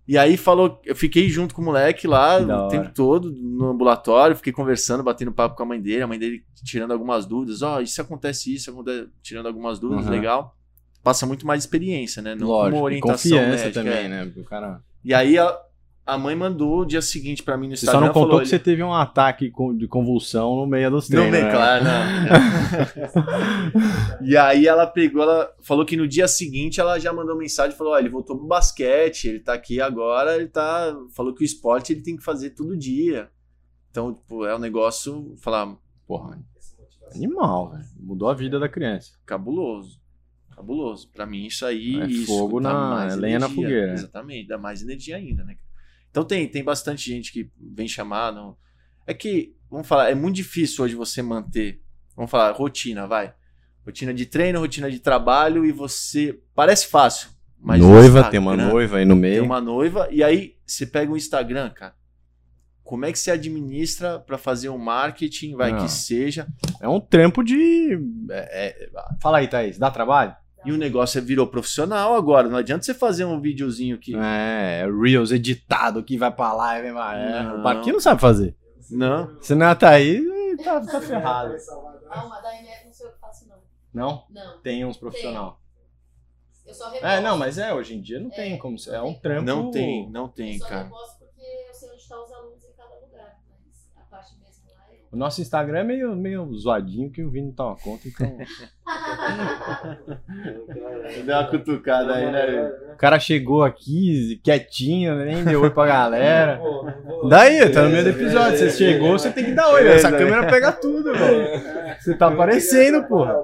Speaker 7: E aí falou, eu fiquei junto com o moleque lá
Speaker 1: Que da
Speaker 7: o tempo
Speaker 1: hora.
Speaker 7: todo no ambulatório, fiquei conversando, batendo papo com a mãe dele, a mãe dele tirando algumas dúvidas, ó, isso acontece isso, acontece, tirando algumas dúvidas,
Speaker 1: Uhum.
Speaker 7: legal. Passa muito mais experiência, né? Não como
Speaker 1: Lógico. e
Speaker 7: orientação
Speaker 1: confiança
Speaker 7: médica,
Speaker 1: também,
Speaker 7: é.
Speaker 1: né? O cara.
Speaker 7: E aí a, A mãe mandou o dia seguinte pra mim no
Speaker 1: Você
Speaker 7: Instagram.
Speaker 1: só não
Speaker 7: falou,
Speaker 1: contou que você teve um ataque con- de convulsão no meio dos
Speaker 7: Não,
Speaker 1: treinos.
Speaker 7: bem,
Speaker 1: né?
Speaker 7: claro, não. e aí ela pegou, ela falou que no dia seguinte ela já mandou mensagem, falou, ó, ele voltou pro basquete, ele tá aqui agora, ele tá, falou que o esporte ele tem que fazer todo dia. Então, tipo, é um negócio, falar, porra,
Speaker 1: Animal, velho. Mudou a vida da criança.
Speaker 7: cabuloso. Cabuloso. Pra mim, isso aí.
Speaker 1: É
Speaker 7: isso,
Speaker 1: fogo
Speaker 7: dá
Speaker 1: na-
Speaker 7: mais
Speaker 1: é lenha na
Speaker 7: energia.
Speaker 1: fogueira, né?
Speaker 7: Exatamente, dá mais energia ainda, né? Então tem, tem bastante gente que vem chamar. Não... É que, vamos falar, é muito difícil hoje você manter. Vamos falar, rotina, vai. Rotina de treino, rotina de trabalho, e você. Parece fácil. Mas no
Speaker 1: noiva, tem uma
Speaker 7: Instagram-
Speaker 1: noiva aí no
Speaker 7: tem
Speaker 1: meio.
Speaker 7: uma noiva, e aí você pega o Instagram, cara. Como é que você administra pra fazer o marketing, vai
Speaker 1: Não.
Speaker 7: que seja,
Speaker 1: É um trampo de. é- é- Fala aí, Thaís, dá trabalho?
Speaker 7: E o negócio é- virou profissional agora. Não adianta você fazer um videozinho que.
Speaker 1: É, Reels editado que vai pra lá e vem pra- é,
Speaker 7: Não.
Speaker 1: O Marquinhos não sabe fazer.
Speaker 7: Não.
Speaker 1: Se não é a Thaís, tá, tá ferrado.
Speaker 4: Não, mas da IMF não sei o que faço, não.
Speaker 1: Não?
Speaker 4: Não,
Speaker 1: Tem uns profissional.
Speaker 4: eu só reposto.
Speaker 1: É, não, mas é, hoje em dia não tem como. ser- É um trampo.
Speaker 7: Não tem, não tem,
Speaker 4: eu só
Speaker 7: cara.
Speaker 4: reposto porque eu sei onde estão os alunos em cada lugar. Mas a parte mesmo lá é...
Speaker 1: O nosso Instagram é meio, meio zoadinho que o Vini tá uma conta, então.
Speaker 7: Deu uma cutucada aí, né? velho?
Speaker 1: o cara chegou aqui quietinho, né, nem deu oi pra galera.
Speaker 2: Pô, não vou-
Speaker 1: Daí, tá no meio do
Speaker 2: Beleza,
Speaker 1: episódio. Você
Speaker 2: beleza,
Speaker 1: chegou,
Speaker 2: beleza.
Speaker 1: você tem que dar oi, velho. Essa câmera pega tudo, velho. Você tá aparecendo, porra.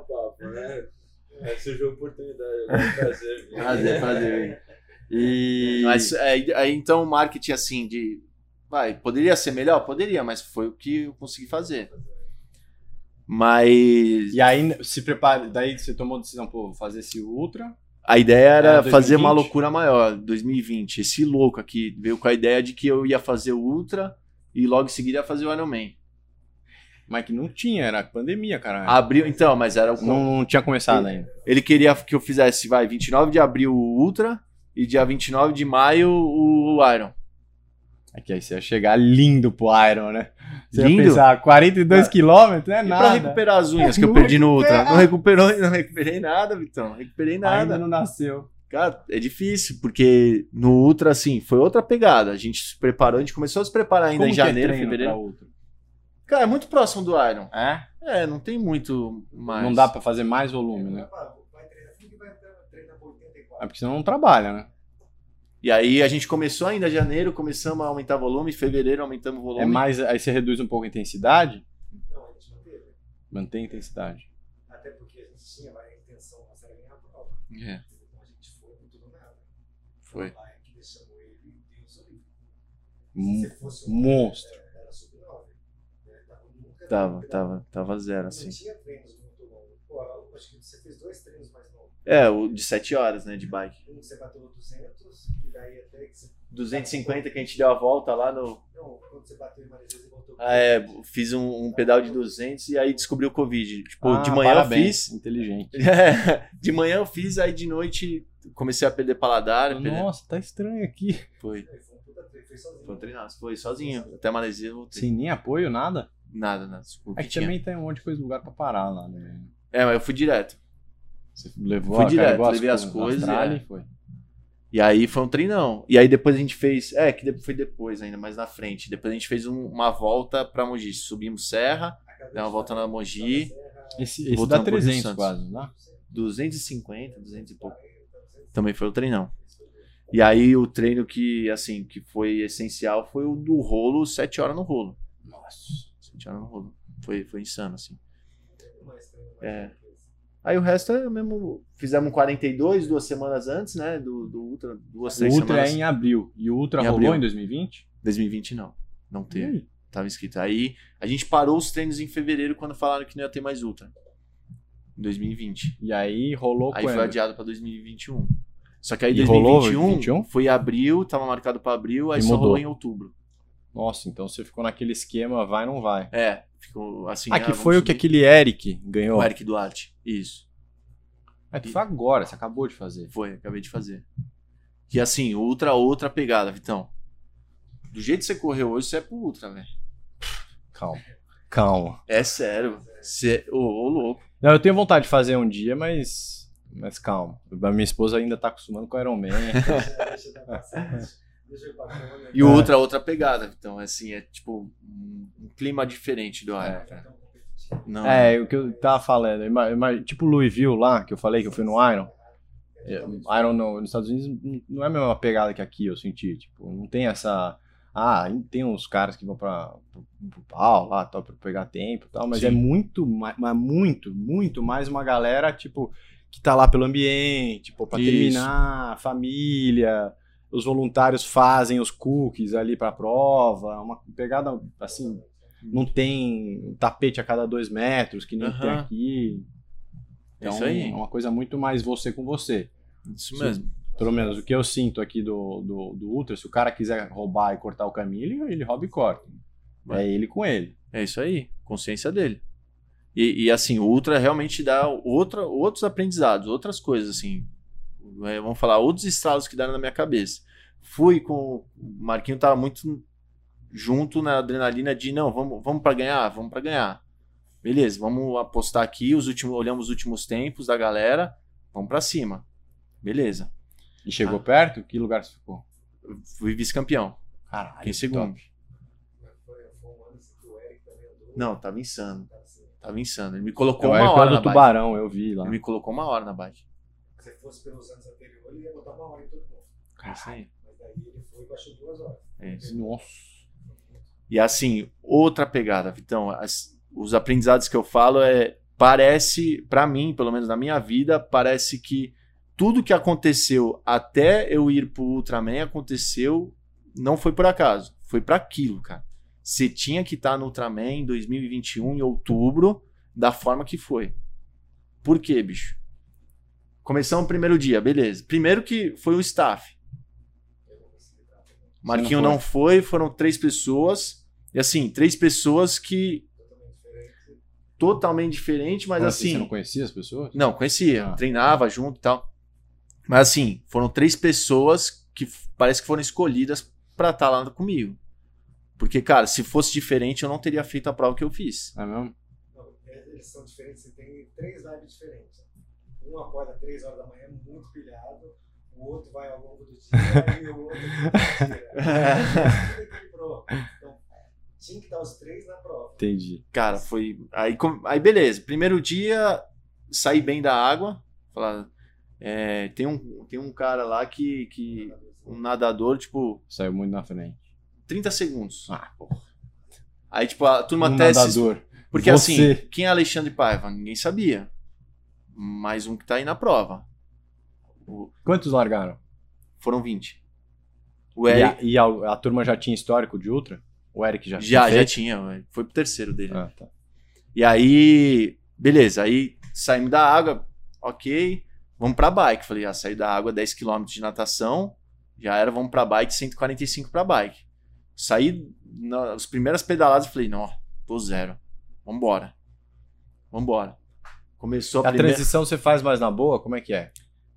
Speaker 10: Aí surgiu a oportunidade, é um prazer.
Speaker 7: Prazer, prazer. E. Mas, é, aí, então o marketing assim de. Vai, poderia ser melhor? Poderia, mas foi o que eu consegui fazer. Mas
Speaker 1: E aí se prepara, daí você tomou a decisão, pô, vou fazer esse ultra.
Speaker 7: a ideia era
Speaker 1: Era 2020?
Speaker 7: fazer uma loucura maior, 2020. Esse louco aqui veio com a ideia de que eu ia fazer o Ultra e logo em seguida ia fazer o Iron Man.
Speaker 1: Mas que não tinha, era pandemia, caralho.
Speaker 7: Abriu, então, mas era o
Speaker 1: não, não tinha começado ainda.
Speaker 7: Ele queria que eu fizesse, vai, 29 de abril o Ultra e dia 29 de maio o Iron.
Speaker 1: É que aí você ia chegar lindo pro Iron, né? Você
Speaker 7: Lindo? Ah.
Speaker 1: ia pensar, 42 quilômetros não é
Speaker 7: E pra
Speaker 1: nada.
Speaker 7: recuperar as unhas que eu
Speaker 1: Não
Speaker 7: perdi no Ultra.
Speaker 1: recupera.
Speaker 7: Não recuperou, não recuperei nada, Vitão. Não recuperei nada.
Speaker 1: Ainda não nasceu.
Speaker 7: Cara, é difícil, porque no Ultra, assim, foi outra pegada. A gente se preparou, a gente começou a se preparar ainda
Speaker 1: Como
Speaker 7: em
Speaker 1: que é
Speaker 7: janeiro,
Speaker 1: treino pra
Speaker 7: fevereiro.
Speaker 1: outro?
Speaker 7: Cara, é muito próximo do Iron.
Speaker 1: É?
Speaker 7: É, não tem muito mais.
Speaker 1: Não dá pra fazer mais volume, né?
Speaker 2: Vai treinar, quem que vai treinar por 84?
Speaker 1: É porque senão não trabalha, né?
Speaker 7: E aí a gente começou ainda em janeiro, começamos a aumentar volume, em fevereiro aumentamos o volume.
Speaker 1: É mais, aí você reduz um pouco a intensidade,
Speaker 2: Não, a gente não teve.
Speaker 1: mantém a intensidade.
Speaker 2: Até porque a gente tinha lá a intenção, mas era ganhar a prova.
Speaker 7: É.
Speaker 2: Então a gente foi com tudo nada.
Speaker 7: Foi.
Speaker 2: Lá é que deixamos ele, Deus o livre.
Speaker 1: Hum,
Speaker 2: Se fosse um
Speaker 1: monstro.
Speaker 2: Era, era sub-9. Né? Tava, nunca
Speaker 7: Tava,
Speaker 2: nunca-
Speaker 7: tava, tava zero,
Speaker 2: Não
Speaker 7: assim.
Speaker 2: tinha treinos muito longos. Pô, eu acho que você fez dois treinos mais longos.
Speaker 7: É, o de 7 horas, né, de bike.
Speaker 2: Um que você bateu 200, e daí até que você.
Speaker 7: 250 que a gente deu a volta lá no.
Speaker 2: Não, quando você bateu em Maresias e voltou.
Speaker 7: Ah, é, fiz um, um pedal de 200 e aí descobri o Covid. Tipo,
Speaker 1: Ah,
Speaker 7: de manhã
Speaker 1: parabéns,
Speaker 7: eu fiz.
Speaker 1: Inteligente.
Speaker 7: É, de manhã eu fiz, aí de noite comecei a perder paladar. Perder...
Speaker 1: Nossa, tá estranho aqui.
Speaker 7: Foi.
Speaker 2: Foi um puta treino, foi sozinho.
Speaker 7: Foi um treinaço, foi sozinho. Até Malaysia eu voltei.
Speaker 1: Sem nem apoio, nada.
Speaker 7: Nada, nada. O
Speaker 1: É
Speaker 7: que
Speaker 1: que
Speaker 7: tinha.
Speaker 1: também tem um monte de coisa lugar pra parar lá, né?
Speaker 7: É, mas eu fui direto.
Speaker 1: Você levou
Speaker 7: Fui
Speaker 1: a-
Speaker 7: direto,
Speaker 1: carregou
Speaker 7: levei as
Speaker 1: na
Speaker 7: coisas,
Speaker 1: Austrália
Speaker 7: é.
Speaker 1: e foi.
Speaker 7: E aí foi um treinão. E aí depois a gente fez. É, que de- foi depois ainda, mais na frente. Depois a gente fez um- uma volta pra Mogi. Subimos serra, deu uma volta na Mogi.
Speaker 1: Esse, esse
Speaker 7: Voltando
Speaker 1: dá
Speaker 7: pro Rio
Speaker 1: 300
Speaker 7: Santos.
Speaker 1: quase, né? não dá?
Speaker 7: 250, 200 e pouco. Também foi o treinão. E aí o treino que, assim, que foi essencial foi o do rolo, 7 horas no rolo. Nossa. 7 horas no rolo. Foi, foi insano, assim. É. Aí o resto é mesmo. Fizemos 42 duas semanas antes, né? Do, do Ultra, duas,
Speaker 1: O
Speaker 7: três
Speaker 1: Ultra
Speaker 7: semanas.
Speaker 1: é em abril. E o Ultra
Speaker 7: Em
Speaker 1: rolou
Speaker 7: abril.
Speaker 1: em 2020?
Speaker 7: 2020 não. Não
Speaker 1: E
Speaker 7: teve.
Speaker 1: aí?
Speaker 7: Tava escrito. Aí a gente parou os treinos em fevereiro quando falaram que não ia ter mais Ultra. Em 2020.
Speaker 1: E aí rolou
Speaker 7: Aí
Speaker 1: quando?
Speaker 7: foi adiado pra 2021. Só que aí
Speaker 1: E rolou
Speaker 7: 2021
Speaker 1: 21?
Speaker 7: foi em abril, tava marcado pra abril, aí
Speaker 1: E
Speaker 7: só
Speaker 1: mudou.
Speaker 7: rolou em outubro.
Speaker 1: Nossa, então você ficou naquele esquema, vai não vai.
Speaker 7: É, ficou assim.
Speaker 1: Ah, que
Speaker 7: vamos
Speaker 1: foi o que
Speaker 7: subir.
Speaker 1: aquele Eric ganhou.
Speaker 7: O Eric Duarte. Isso,
Speaker 1: É, tu foi agora, você acabou de fazer.
Speaker 7: foi, acabei de fazer. E assim, outra, outra pegada, Vitão. Do jeito que você correu hoje, você é pro Ultra, velho.
Speaker 1: Calma. Calma.
Speaker 7: É sério. Você, ô, ô, louco.
Speaker 1: Não, eu tenho vontade de fazer um dia, mas. Mas calma. A minha esposa ainda tá acostumando com o Iron Man.
Speaker 2: Deixa- deixa eu dar passagem.
Speaker 6: Deixa eu ir pra cama, né?
Speaker 7: E o Ultra é outra pegada. Então, assim, é tipo um, um clima diferente do Iron. cara.
Speaker 2: Então, competitivo.
Speaker 7: Não.
Speaker 1: É, o que eu tava falando. ima- ima- Tipo o Louisville lá, que eu falei que eu fui no Iron.
Speaker 7: Então,
Speaker 1: É, Iron no, nos Estados Unidos n- não é a mesma pegada que aqui, eu senti. Tipo, não tem essa. Ah, tem uns caras que vão pra, pro, pro pau lá, tal, pra pegar tempo e tal, mas
Speaker 7: Sim.
Speaker 1: é muito, ma- mas muito, muito mais uma galera, tipo, que tá lá pelo ambiente, pô, pra
Speaker 7: Isso.
Speaker 1: terminar, família, os voluntários fazem os cookies ali pra prova, é uma pegada, assim, não tem tapete a cada dois metros, que nem tem
Speaker 7: Aham.
Speaker 1: aqui.
Speaker 7: É isso aí.
Speaker 1: É uma coisa muito mais você com você.
Speaker 7: Isso mesmo.
Speaker 1: Pelo menos o que eu sinto aqui do, do, do Ultra, se o cara quiser roubar e cortar o caminho, ele, ele rouba e corta.
Speaker 7: Vai.
Speaker 1: É ele com ele.
Speaker 7: É isso aí. Consciência dele. E, e, assim, o Ultra realmente dá outra, outros aprendizados, outras coisas, assim. É, vamos falar, outros estralos que deram na minha cabeça. Fui com. O Marquinho tava muito junto na adrenalina de não, vamos, vamos para ganhar, vamos para ganhar. Beleza, vamos apostar aqui, os últimos, olhamos os últimos tempos da galera, vamos para cima. Beleza.
Speaker 1: E
Speaker 7: Ah.
Speaker 1: chegou perto? Que lugar você ficou?
Speaker 7: Fui vice-campeão,
Speaker 1: Caralho.
Speaker 7: em segundo.
Speaker 2: Foi, foi um ano assim que o Eric também andou.
Speaker 7: Não, tava insano,
Speaker 2: cara, assim,
Speaker 7: tava insano. Ele me colocou
Speaker 1: Eu
Speaker 7: uma
Speaker 1: era
Speaker 7: hora na
Speaker 1: é do
Speaker 7: bike.
Speaker 1: Tubarão, eu vi lá.
Speaker 7: Ele me colocou uma hora na bike.
Speaker 2: Se fosse pelos anos anteriores, ele ia botar uma hora em todo mundo.
Speaker 7: É isso aí.
Speaker 2: Mas daí ele foi e baixou duas horas.
Speaker 7: É isso.
Speaker 1: Nossa.
Speaker 7: E assim, outra pegada, Vitão. as- os aprendizados que eu falo é. Parece, pra mim, pelo menos na minha vida, parece que tudo que aconteceu até eu ir pro Ultraman aconteceu, não foi por acaso, foi pra aquilo, cara. Você tinha que estar no Ultraman em 2021, em outubro, da forma que foi. Por quê, bicho? Começamos o primeiro dia, beleza. Primeiro que foi o staff. Marquinho não foi. foram três pessoas. E assim, três pessoas que. Totalmente diferente, mas
Speaker 1: Como Você
Speaker 7: assim.
Speaker 1: não conhecia as pessoas?
Speaker 7: Não, conhecia,
Speaker 1: Ah.
Speaker 7: treinava junto e tal. Mas assim, foram três pessoas que f- parece que foram escolhidas pra estar lá comigo. Porque, cara, se fosse diferente, eu não teria feito a prova que eu fiz.
Speaker 1: É mesmo?
Speaker 2: Não, é- eles são diferentes, você tem três lives diferentes. Um acorda três horas da manhã, muito pilhado. O outro vai ao longo do dia e o outro vai ao longo do dia. Tudo tem prova. Então, tinha que estar os três na prova.
Speaker 1: Entendi.
Speaker 7: Cara, foi. Aí, com- aí beleza. Primeiro dia, saí bem da água. Falar, é, tem, um, tem um cara lá que, que. Um nadador, tipo,
Speaker 1: Saiu muito na frente.
Speaker 7: 30 segundos.
Speaker 1: Ah, pô.
Speaker 7: Aí, tipo, a turma
Speaker 1: Um
Speaker 7: até se-
Speaker 1: nadador.
Speaker 7: Porque
Speaker 1: Você.
Speaker 7: assim, quem é Alexandre Paiva? Ninguém sabia. Mais um que tá aí na prova.
Speaker 1: Quantos largaram?
Speaker 7: Foram 20. O
Speaker 1: E,
Speaker 7: Eric
Speaker 1: a, e a- a turma já tinha histórico de Ultra? O Eric já
Speaker 7: já, já
Speaker 1: tinha. feito?
Speaker 7: tinha, velho. foi pro terceiro dele.
Speaker 1: Ah, tá.
Speaker 7: E aí, beleza, aí saímos da água, ok, vamos pra bike. Falei, ah, saí da água, 10km de natação, já era, vamos pra bike, 145 pra bike. Saí, na, as primeiras pedaladas, falei, não, tô zero, vambora, vambora. Começou a,
Speaker 1: A
Speaker 7: primeira...
Speaker 1: transição você faz mais na boa? Como é que é?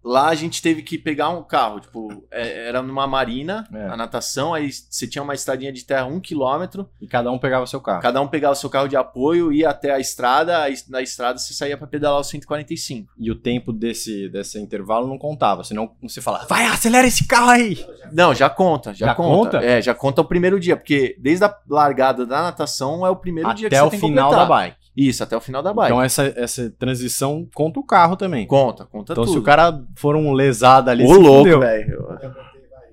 Speaker 7: Lá a gente teve que pegar um carro, tipo, é- era numa marina,
Speaker 1: É.
Speaker 7: a natação, aí você tinha uma estradinha de terra, um quilômetro,
Speaker 1: E cada um pegava seu carro.
Speaker 7: cada um pegava o seu carro de apoio, ia até a estrada, aí na estrada você saía pra pedalar os 145.
Speaker 1: E o tempo desse, desse intervalo não contava. Senão você fala, vai, acelera esse carro aí!
Speaker 7: Não, já conta, já,
Speaker 1: Já
Speaker 7: conta.
Speaker 1: conta?
Speaker 7: É, já conta o primeiro dia, porque desde a largada da natação é o primeiro dia que
Speaker 1: Até
Speaker 7: você
Speaker 1: o
Speaker 7: tem que
Speaker 1: final da
Speaker 7: completar.
Speaker 1: bike.
Speaker 7: Isso, até o final da bike.
Speaker 1: Então essa, essa transição conta o carro também.
Speaker 7: Conta, conta
Speaker 1: então
Speaker 7: tudo.
Speaker 1: se o cara for um lesado ali...
Speaker 7: Ô,
Speaker 1: se
Speaker 7: louco,
Speaker 1: fudeu.
Speaker 7: velho.
Speaker 2: Eu botei, vai,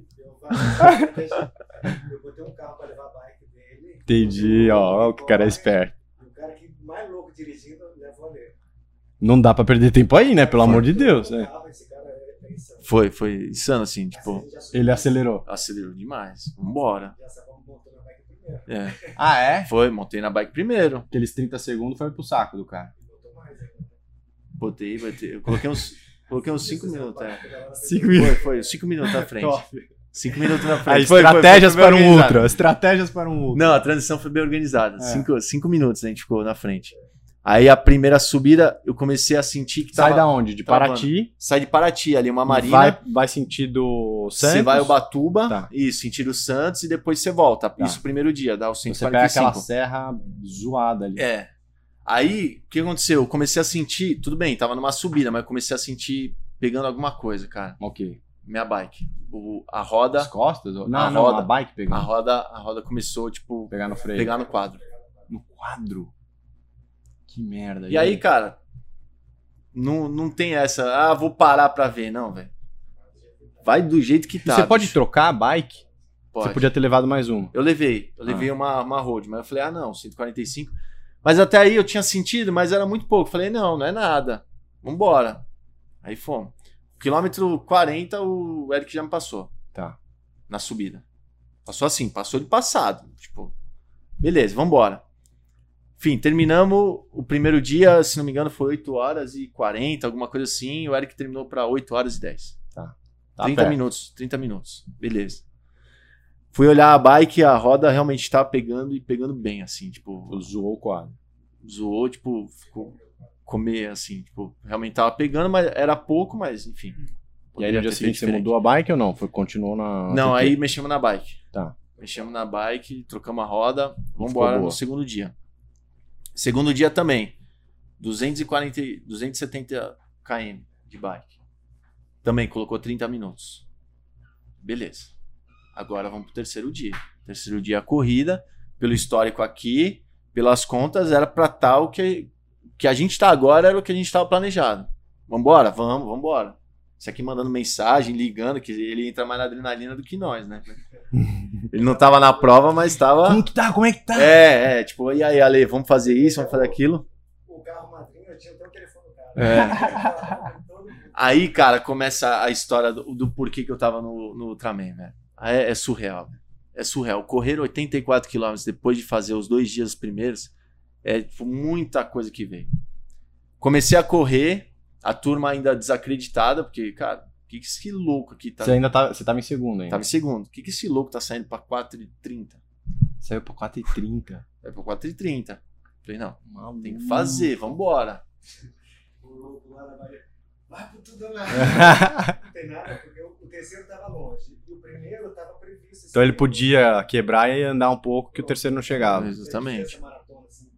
Speaker 2: eu, vai, eu botei um carro pra levar a bike dele. um
Speaker 1: Entendi, ó, ó, que o cara é esperto.
Speaker 2: E O cara que mais louco dirigindo levou a ler.
Speaker 1: Não dá pra perder tempo aí, né? Pelo amor de Deus. né?
Speaker 2: Esse cara é, é insano.
Speaker 7: Foi, foi insano, assim, tipo,
Speaker 2: Assim, já subiu,
Speaker 1: Ele acelerou.
Speaker 7: acelerou demais, vambora.
Speaker 2: Já saiu montando a bike primeiro.
Speaker 7: É.
Speaker 1: Ah, é?
Speaker 7: Foi, montei na bike primeiro.
Speaker 1: Aqueles 30 segundos foi pro saco do cara.
Speaker 2: E botou mais né? ainda.
Speaker 7: Botei, botei. Eu coloquei uns, coloquei uns 5 minutos. É.
Speaker 1: Cinco
Speaker 7: Foi, foi, 5 minutos na frente.
Speaker 1: Top.
Speaker 7: 5 minutos na
Speaker 1: Aí,
Speaker 7: frente. Foi, foi,
Speaker 1: estratégias
Speaker 7: foi bem
Speaker 1: para um
Speaker 7: organizado.
Speaker 1: ultra. Estratégias para um ultra.
Speaker 7: Não, a transição foi bem organizada.
Speaker 1: É.
Speaker 7: 5 minutos a gente ficou na frente. Aí a primeira subida, eu comecei a sentir que
Speaker 1: Sai
Speaker 7: tava-
Speaker 1: da onde? De
Speaker 7: tava-
Speaker 1: Paraty.
Speaker 7: sai de Paraty, ali uma marina.
Speaker 1: Vai, vai sentido
Speaker 7: Você
Speaker 1: Santos.
Speaker 7: vai ao Batuba,
Speaker 1: Tá.
Speaker 7: isso, sentido Santos e depois você volta.
Speaker 1: Tá.
Speaker 7: Isso primeiro dia, dá os
Speaker 1: Você pega aquela
Speaker 7: 145.
Speaker 1: serra zoada ali.
Speaker 7: É. Aí, o que aconteceu? Eu comecei a sentir, tudo bem, tava numa subida, mas eu comecei a sentir pegando alguma coisa, cara.
Speaker 1: Ok.
Speaker 7: minha bike. O, a roda,
Speaker 1: As costas? ou- Não,
Speaker 7: A
Speaker 1: não,
Speaker 7: roda.
Speaker 1: a bike
Speaker 7: a
Speaker 1: pegando.
Speaker 7: roda, a roda começou, tipo,
Speaker 1: Pegar no freio.
Speaker 7: pegar no quadro.
Speaker 1: No quadro? Que merda.
Speaker 7: E aí, cara, não, não tem essa, ah, vou parar pra ver, não, velho. Vai do jeito que tá.
Speaker 1: Você pode
Speaker 7: bicho.
Speaker 1: trocar a bike?
Speaker 7: Pode.
Speaker 1: Você podia ter levado mais uma.
Speaker 7: Eu levei, eu levei uma, uma road, mas eu falei, ah, não, 145. Mas até aí eu tinha sentido, mas era muito pouco. Falei, não, não é nada. Vambora. Aí fomos. Quilômetro 40, o Eric já me passou.
Speaker 1: Tá.
Speaker 7: Na subida. Passou assim, passou de passado. Tipo, beleza, vambora. Enfim, terminamos o primeiro dia, se não me engano, foi 8 horas e 40, alguma coisa assim. O Eric terminou pra 8 horas e 10.
Speaker 1: Tá
Speaker 7: 30
Speaker 1: perto.
Speaker 7: minutos, 30 minutos. Beleza. Fui olhar a bike, a roda realmente tá pegando e pegando bem, assim, tipo,
Speaker 1: Zoou o quadro.
Speaker 7: zoou, tipo, ficou comer, assim, tipo, realmente tava pegando, mas era pouco, mas enfim.
Speaker 1: E aí no
Speaker 7: Poderia
Speaker 1: dia
Speaker 7: ter
Speaker 1: seguinte
Speaker 7: feito
Speaker 1: você
Speaker 7: diferente.
Speaker 1: mudou a bike ou não? Foi, continuou na.
Speaker 7: Não,
Speaker 1: TT?
Speaker 7: aí mexemos na bike.
Speaker 1: Tá.
Speaker 7: Mexemos na bike, trocamos a roda,
Speaker 1: Ficou
Speaker 7: vamos embora
Speaker 1: boa.
Speaker 7: no segundo dia. Segundo dia também, 240, e- 270 km de bike. Também colocou 30 minutos. Beleza. Agora vamos pro terceiro dia. Terceiro dia Então, a corrida, pelo histórico aqui, pelas contas, era pra tal que que a gente tá agora era o que a gente tava planejado. Vambora? Vamos, vambora. Isso aqui mandando mensagem, ligando, que ele entra mais na adrenalina do que nós, né? ele não tava na prova, mas tava.
Speaker 1: Como que tá? Como é que tá?
Speaker 7: É, é, tipo, e aí, Ale, vamos fazer isso, vamos fazer aquilo.
Speaker 2: O carro madrinho, eu tinha até o telefone do cara.
Speaker 1: É.
Speaker 2: Todo mundo.
Speaker 7: Aí, cara, começa a história do, do porquê que eu tava no, no Ultraman, né? É, é surreal. É surreal. Correr 84 quilômetros depois de fazer os dois dias primeiros é tipo, muita coisa que veio. Comecei a correr, a turma ainda desacreditada, porque, cara, que, que esse louco aqui tá.
Speaker 1: Você ainda tá, você tava em segundo ainda.
Speaker 7: Tava em segundo. O que, que esse louco tá saindo pra 4,30?
Speaker 1: Saiu pra 4h30.
Speaker 7: Vai É pra 4,30. Falei, não, tem que fazer, vambora.
Speaker 2: O louco lá da Bahia. Vai pro tudo ou nada. Não tem nada, porque o o terceiro tava longe. E o primeiro tava previsto. assim,
Speaker 1: Então ele podia quebrar e andar um pouco que o terceiro não chegava.
Speaker 7: Mas- Exatamente.
Speaker 2: Essa maratona, assim,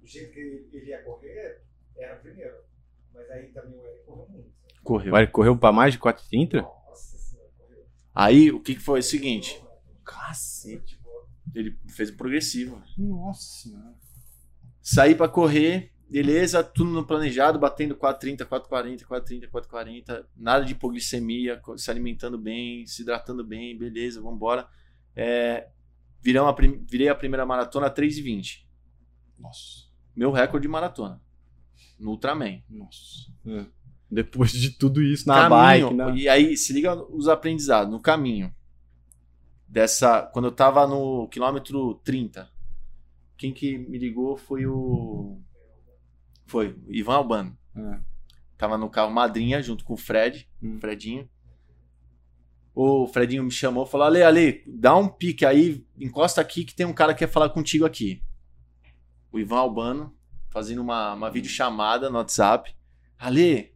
Speaker 2: do jeito que ele ele ia correr, era o primeiro. Mas aí também o Eric correu muito.
Speaker 7: Correu.
Speaker 1: O Eric correu pra mais de 4h30?
Speaker 2: Nossa senhora, correu.
Speaker 7: Aí, o que, que foi? É O seguinte,
Speaker 1: Cacete.
Speaker 2: tipo,
Speaker 7: ele fez o progressivo.
Speaker 1: Nossa senhora.
Speaker 7: Saí pra correr, beleza, tudo no planejado, batendo 4,30, 4,40, 4,30, 4,40, nada de hipoglicemia, co- se alimentando bem, se hidratando bem, beleza, vambora. É, viramos a prim- virei a primeira maratona 3,20.
Speaker 1: Nossa.
Speaker 7: Meu recorde de maratona. No Ultraman.
Speaker 1: Nossa. É. Depois de tudo isso na
Speaker 7: caminho,
Speaker 1: bike, né? na...
Speaker 7: E aí, se liga os aprendizados, no caminho. Dessa. Quando eu tava no quilômetro 30, quem que me ligou foi o. Foi o Ivan Albano.
Speaker 1: É.
Speaker 7: Tava no carro madrinha junto com o Fred,
Speaker 1: Hum.
Speaker 7: Fredinho. O Fredinho me chamou e falou: Ale, Ale, dá um pique aí, encosta aqui que tem um cara que quer falar contigo aqui. O Ivan Albano, fazendo uma, uma videochamada no WhatsApp. Ale,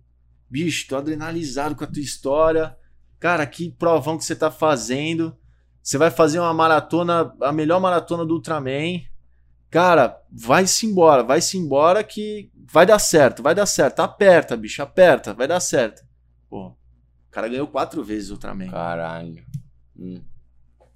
Speaker 7: bicho, tô adrenalizado com a tua história. Cara, que provão que você tá fazendo. Você vai fazer uma maratona, a melhor maratona do Ultraman. Cara, vai-se embora, vai-se embora que vai dar certo, vai dar certo. Aperta, bicho, aperta, vai dar certo. Pô, o cara ganhou quatro vezes o Ultraman.
Speaker 1: Caralho. Hum.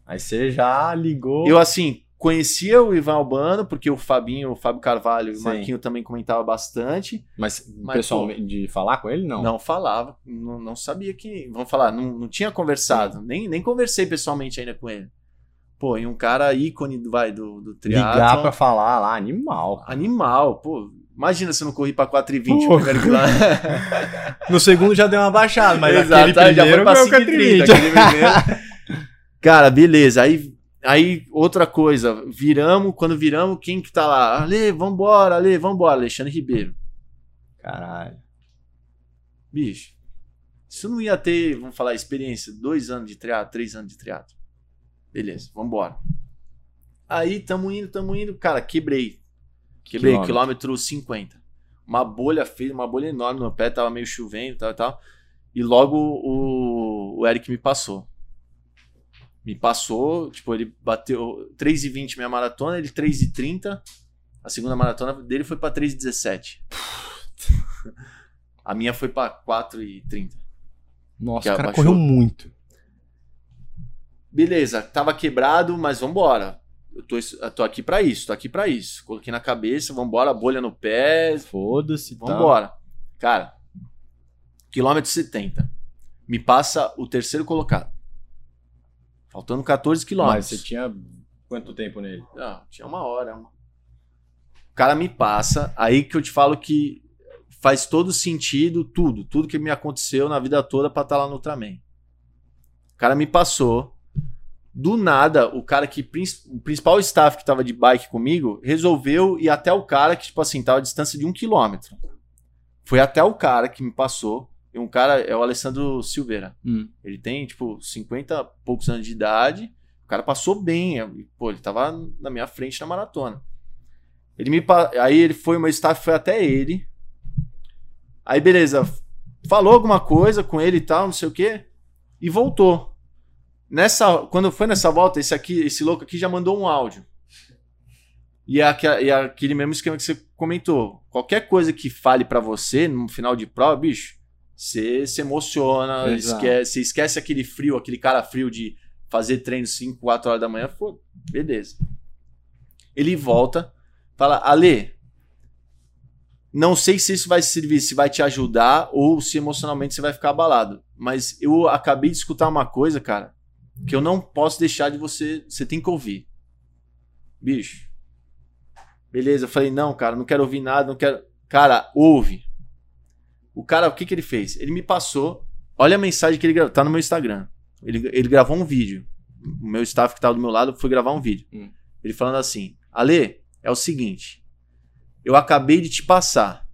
Speaker 1: Aí você já ligou.
Speaker 7: Eu, assim, conhecia o Ivan Albano, porque o Fabinho, o Fábio Carvalho e o
Speaker 1: Sim.
Speaker 7: Marquinho também comentava bastante.
Speaker 1: Mas,
Speaker 7: Mas,
Speaker 1: pessoalmente, de falar com ele, não?
Speaker 7: Não, falava, não, não sabia quem. Vamos falar, não, não tinha conversado, nem, nem conversei pessoalmente ainda com ele. Pô, e um cara ícone do, vai, do, do triatlon,
Speaker 1: Ligar pra falar lá, animal.
Speaker 7: Animal, pô. Imagina se eu não corri pra 4,20.
Speaker 1: Pô.
Speaker 7: primeiro quilômetro.
Speaker 1: No segundo já deu uma baixada, mas
Speaker 7: Exato,
Speaker 1: aquele
Speaker 7: aí já
Speaker 1: primeiro
Speaker 7: foi pra
Speaker 1: foi pra
Speaker 7: 5,30,
Speaker 1: 4,30.
Speaker 7: aquele primeiro. Cara, beleza. Aí, aí, outra coisa. Viramos, quando viramos, quem que tá lá? Ale, vambora, Ale, vambora. Alexandre Ribeiro.
Speaker 1: Caralho.
Speaker 7: Bicho, isso não ia ter, vamos falar, experiência, dois anos de triatlo, três anos de triatlo. Beleza, vambora. Aí tamo indo, tamo indo, cara, quebrei. Quebrei, quilômetro, 50. Uma bolha fez, uma bolha enorme no meu pé, tava meio chovendo, tal, tal. E logo o, o Eric me passou. Me passou, tipo, ele bateu 3,20 minha maratona, ele 3,30. A segunda maratona dele foi pra 3,17. A minha foi pra 4,30.
Speaker 1: Nossa,
Speaker 7: Que
Speaker 1: o cara
Speaker 7: abaixou.
Speaker 1: correu muito.
Speaker 7: Beleza, tava quebrado, mas vambora. Eu tô, eu tô aqui pra isso, tô aqui pra isso. Coloquei na cabeça, vambora, bolha no pé,
Speaker 1: Foda-se. tá. e tal.
Speaker 7: Vambora. Cara, quilômetro 70. Me passa o terceiro colocado. Faltando 14
Speaker 1: Mas
Speaker 7: quilômetros.
Speaker 1: você tinha quanto tempo nele?
Speaker 7: Não, tinha uma hora. uma. O cara me passa, aí que eu te falo que faz todo sentido tudo, tudo que me aconteceu na vida toda pra estar lá no Ultraman. O cara me passou. Do nada, o cara que princ- o principal staff que tava de bike comigo resolveu ir até o cara que, tipo assim, tava a distância de um quilômetro. Foi até o cara que me passou. E um cara é o Alessandro Silveira.
Speaker 1: Hum.
Speaker 7: Ele tem, tipo, 50 e poucos anos de idade. O cara passou bem. eu- Pô, ele tava na minha frente na maratona. Ele me pa- Aí ele foi, o meu staff foi até ele. Aí, beleza. Falou alguma coisa com ele e tal, não sei o quê. E voltou. Nessa, quando foi nessa volta, esse aqui, esse louco aqui já mandou um áudio. E é, aque- e é aquele mesmo esquema que você comentou. Qualquer coisa que fale pra você no final de prova, bicho, você se emociona,
Speaker 1: Exato.
Speaker 7: esquece, você esquece aquele frio, aquele cara frio de fazer treino 5, 4 horas da manhã, pô, beleza. Ele volta, fala, Ale, não sei se isso vai servir, se vai te ajudar ou se emocionalmente você vai ficar abalado. Mas eu acabei de escutar uma coisa, cara, que eu não posso deixar de você. Você tem que ouvir. Bicho. Beleza, eu falei, não, cara, não quero ouvir nada, não quero. Cara, ouve. O cara, o que, que ele fez? Ele me passou. Olha a mensagem que ele gravou. Tá no meu Instagram. Ele, ele gravou um vídeo. O meu staff que tava do meu lado foi gravar um vídeo.
Speaker 1: Hum.
Speaker 7: Ele falando assim: Ale, é o seguinte. Eu acabei de te passar.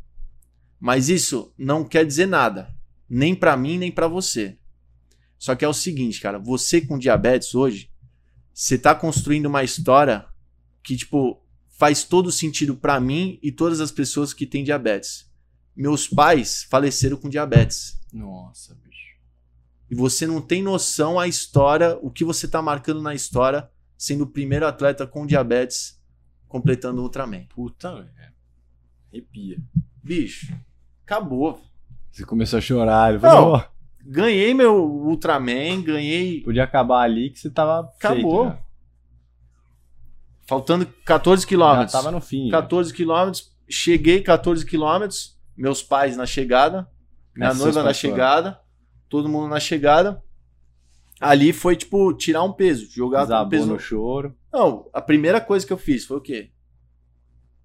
Speaker 7: Mas isso não quer dizer nada, nem pra mim, nem pra você. Só que é o seguinte, cara, você com diabetes hoje, você tá construindo uma história que tipo faz todo sentido pra mim e todas as pessoas que têm diabetes. Meus pais faleceram com diabetes.
Speaker 1: Nossa, bicho.
Speaker 7: E você não tem noção a história, o que você tá marcando na história, sendo o primeiro atleta com diabetes completando o Ultraman.
Speaker 1: Puta, velho. Arrepia.
Speaker 7: Bicho, acabou.
Speaker 1: Você começou a chorar. Ele
Speaker 7: Não.
Speaker 1: falou, "Ó,
Speaker 7: Ganhei meu Ultraman, ganhei
Speaker 1: podia acabar ali que você tava.
Speaker 7: Acabou.
Speaker 1: feito, né?
Speaker 7: Faltando 14
Speaker 1: Já
Speaker 7: quilômetros.
Speaker 1: tava no fim. né?
Speaker 7: 14 quilômetros. Cheguei 14 quilômetros. Meus pais na chegada. Minha
Speaker 1: Esses
Speaker 7: noiva
Speaker 1: seus
Speaker 7: na
Speaker 1: pais foram.
Speaker 7: chegada. Todo mundo na chegada. Ali foi, tipo, tirar um peso. Jogar um
Speaker 1: Desabou
Speaker 7: peso.
Speaker 1: no choro.
Speaker 7: Não, a primeira coisa que eu fiz foi o quê?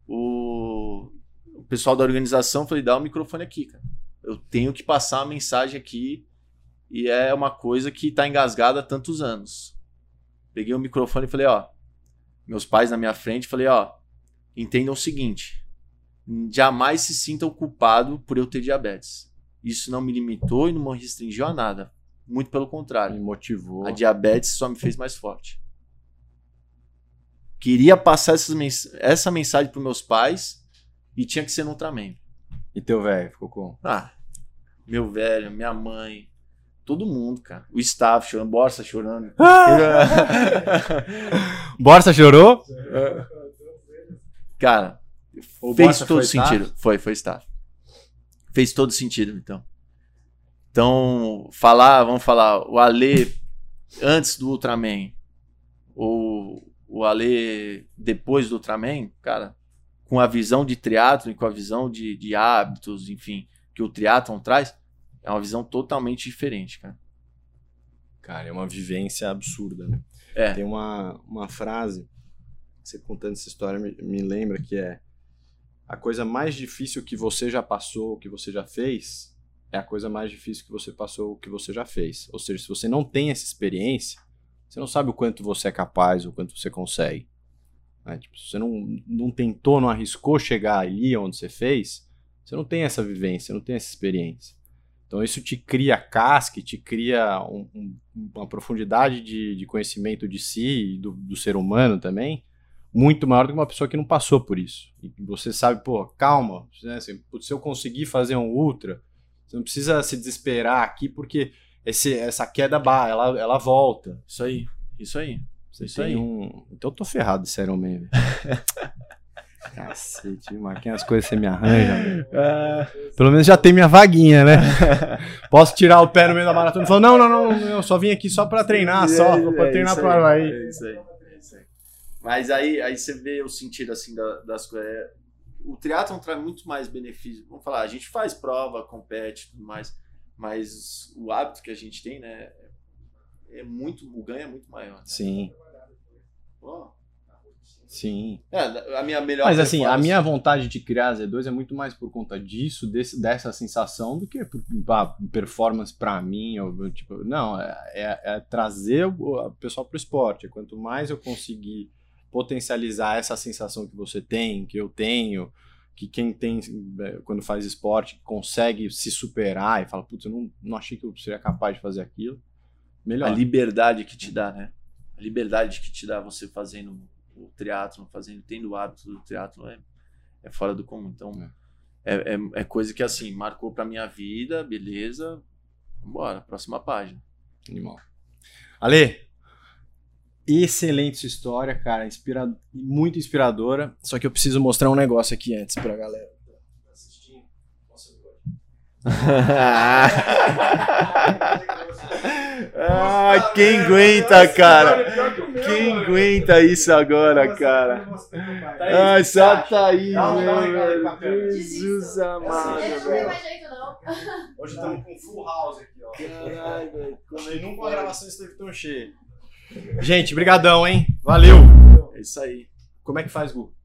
Speaker 7: O, o pessoal da organização falei, dá o microfone aqui, cara. Eu tenho que passar a mensagem aqui e é uma coisa que tá engasgada há tantos anos. Peguei o microfone e falei, ó, meus pais na minha frente, falei, ó, entendam o seguinte, jamais se sintam culpado por eu ter diabetes. Isso não me limitou e não me restringiu a nada. Muito pelo contrário.
Speaker 1: Me motivou.
Speaker 7: A diabetes só me fez mais forte. Queria passar essas mens- essa mensagem para meus pais e tinha que ser no Ultraman.
Speaker 1: E teu velho ficou com.
Speaker 7: Ah, meu velho, minha mãe, todo mundo, cara. O staff chorando, Borsa chorando.
Speaker 1: Ah! Borsa chorou?
Speaker 7: Cara,
Speaker 1: É. O
Speaker 7: fez
Speaker 1: Borsa
Speaker 7: todo
Speaker 1: foi
Speaker 7: sentido.
Speaker 1: staff?
Speaker 7: Foi, foi staff. Fez todo sentido, então. Então, falar, vamos falar, o Ale antes do Ultraman ou o Ale depois do Ultraman, cara, com a visão de triatlon e com a visão de, de hábitos, enfim, que o triatlon traz, é uma visão totalmente diferente, cara.
Speaker 1: Cara, é uma vivência absurda, né?
Speaker 7: É.
Speaker 1: Tem uma, uma frase, você contando essa história me, me lembra que é a coisa mais difícil que você já passou, que você já fez, é a coisa mais difícil que você passou, que você já fez. Ou seja, se você não tem essa experiência, você não sabe o quanto você é capaz, o quanto você consegue. né? Tipo, se você não, não tentou, não arriscou chegar ali onde você fez, você não tem essa vivência, não tem essa experiência. Então isso te cria casca, e te cria um- um- uma profundidade de, de conhecimento de si e do, do ser humano também, muito maior do que uma pessoa que não passou por isso. E você sabe, pô, calma, né, assim, putz, se eu conseguir fazer um ultra, você não precisa se desesperar aqui porque esse- essa queda ba- ela, ela volta.
Speaker 7: Isso aí, isso aí.
Speaker 1: Você
Speaker 7: Isso
Speaker 1: tem
Speaker 7: aí.
Speaker 1: um- Então eu tô ferrado de ser homem. Cacete, Marquinhos, as coisas você me arranja.
Speaker 2: Ah,
Speaker 7: É.
Speaker 1: Pelo menos já tem minha vaguinha, né? Posso tirar o pé no meio da maratona e falar, não, não, não, não, eu só vim aqui só pra treinar, só,
Speaker 7: É,
Speaker 1: pra
Speaker 7: é
Speaker 1: treinar
Speaker 7: isso
Speaker 1: pro
Speaker 7: aí,
Speaker 1: Havaí.
Speaker 7: É isso aí. é isso aí. Mas aí, aí você vê o sentido assim da- das coisas. É, O triatlon traz muito mais benefício. Vamos falar, a gente faz prova, compete, tudo mais, mas o hábito que a gente tem, né, é muito, o ganho é muito maior. né?
Speaker 1: Sim,
Speaker 7: Ó,
Speaker 1: sim.
Speaker 7: é, a minha melhor.
Speaker 1: Mas assim, a
Speaker 7: performance-
Speaker 1: minha vontade de criar a Z2 é muito mais por conta disso, desse- dessa sensação, do que por pá, performance pra mim. Ou, eu, tipo, não, é, é- é trazer o, o pessoal pro esporte. É Quanto mais eu conseguir potencializar essa sensação que você tem, que eu tenho, que quem tem, eh, quando faz esporte, consegue se superar e fala, putz, eu não, não achei que eu seria capaz de fazer aquilo, melhor.
Speaker 7: a liberdade que te dá, né? A liberdade que te dá você fazendo o triatlon, fazendo, tendo o hábito do triatlon é, é fora do comum. Então, é, é- é coisa que, assim, marcou pra minha vida, beleza, vambora, próxima página.
Speaker 1: Animal. Ale, excelente sua história, cara. Inspira... Muito inspiradora. Só que eu preciso mostrar um negócio aqui antes pra galera.
Speaker 7: ah, quem aguenta, cara? Quem aguenta isso agora, cara?
Speaker 1: Ah,
Speaker 7: Ai, só tá aí,
Speaker 2: Dá um- dá um recado aí pra
Speaker 7: velho.
Speaker 2: câmera.
Speaker 7: Jesus
Speaker 4: Desisto.
Speaker 7: amado,
Speaker 4: É, não tem
Speaker 7: velho.
Speaker 4: mais jeito, não.
Speaker 6: Hoje estamos com full house aqui, ó.
Speaker 7: Caralho, velho. como é que
Speaker 1: Nunca
Speaker 7: pode?
Speaker 1: a gravação esteve tão cheia. Gente, brigadão, hein? Valeu.
Speaker 7: É isso aí.
Speaker 1: Como é que faz, Gu?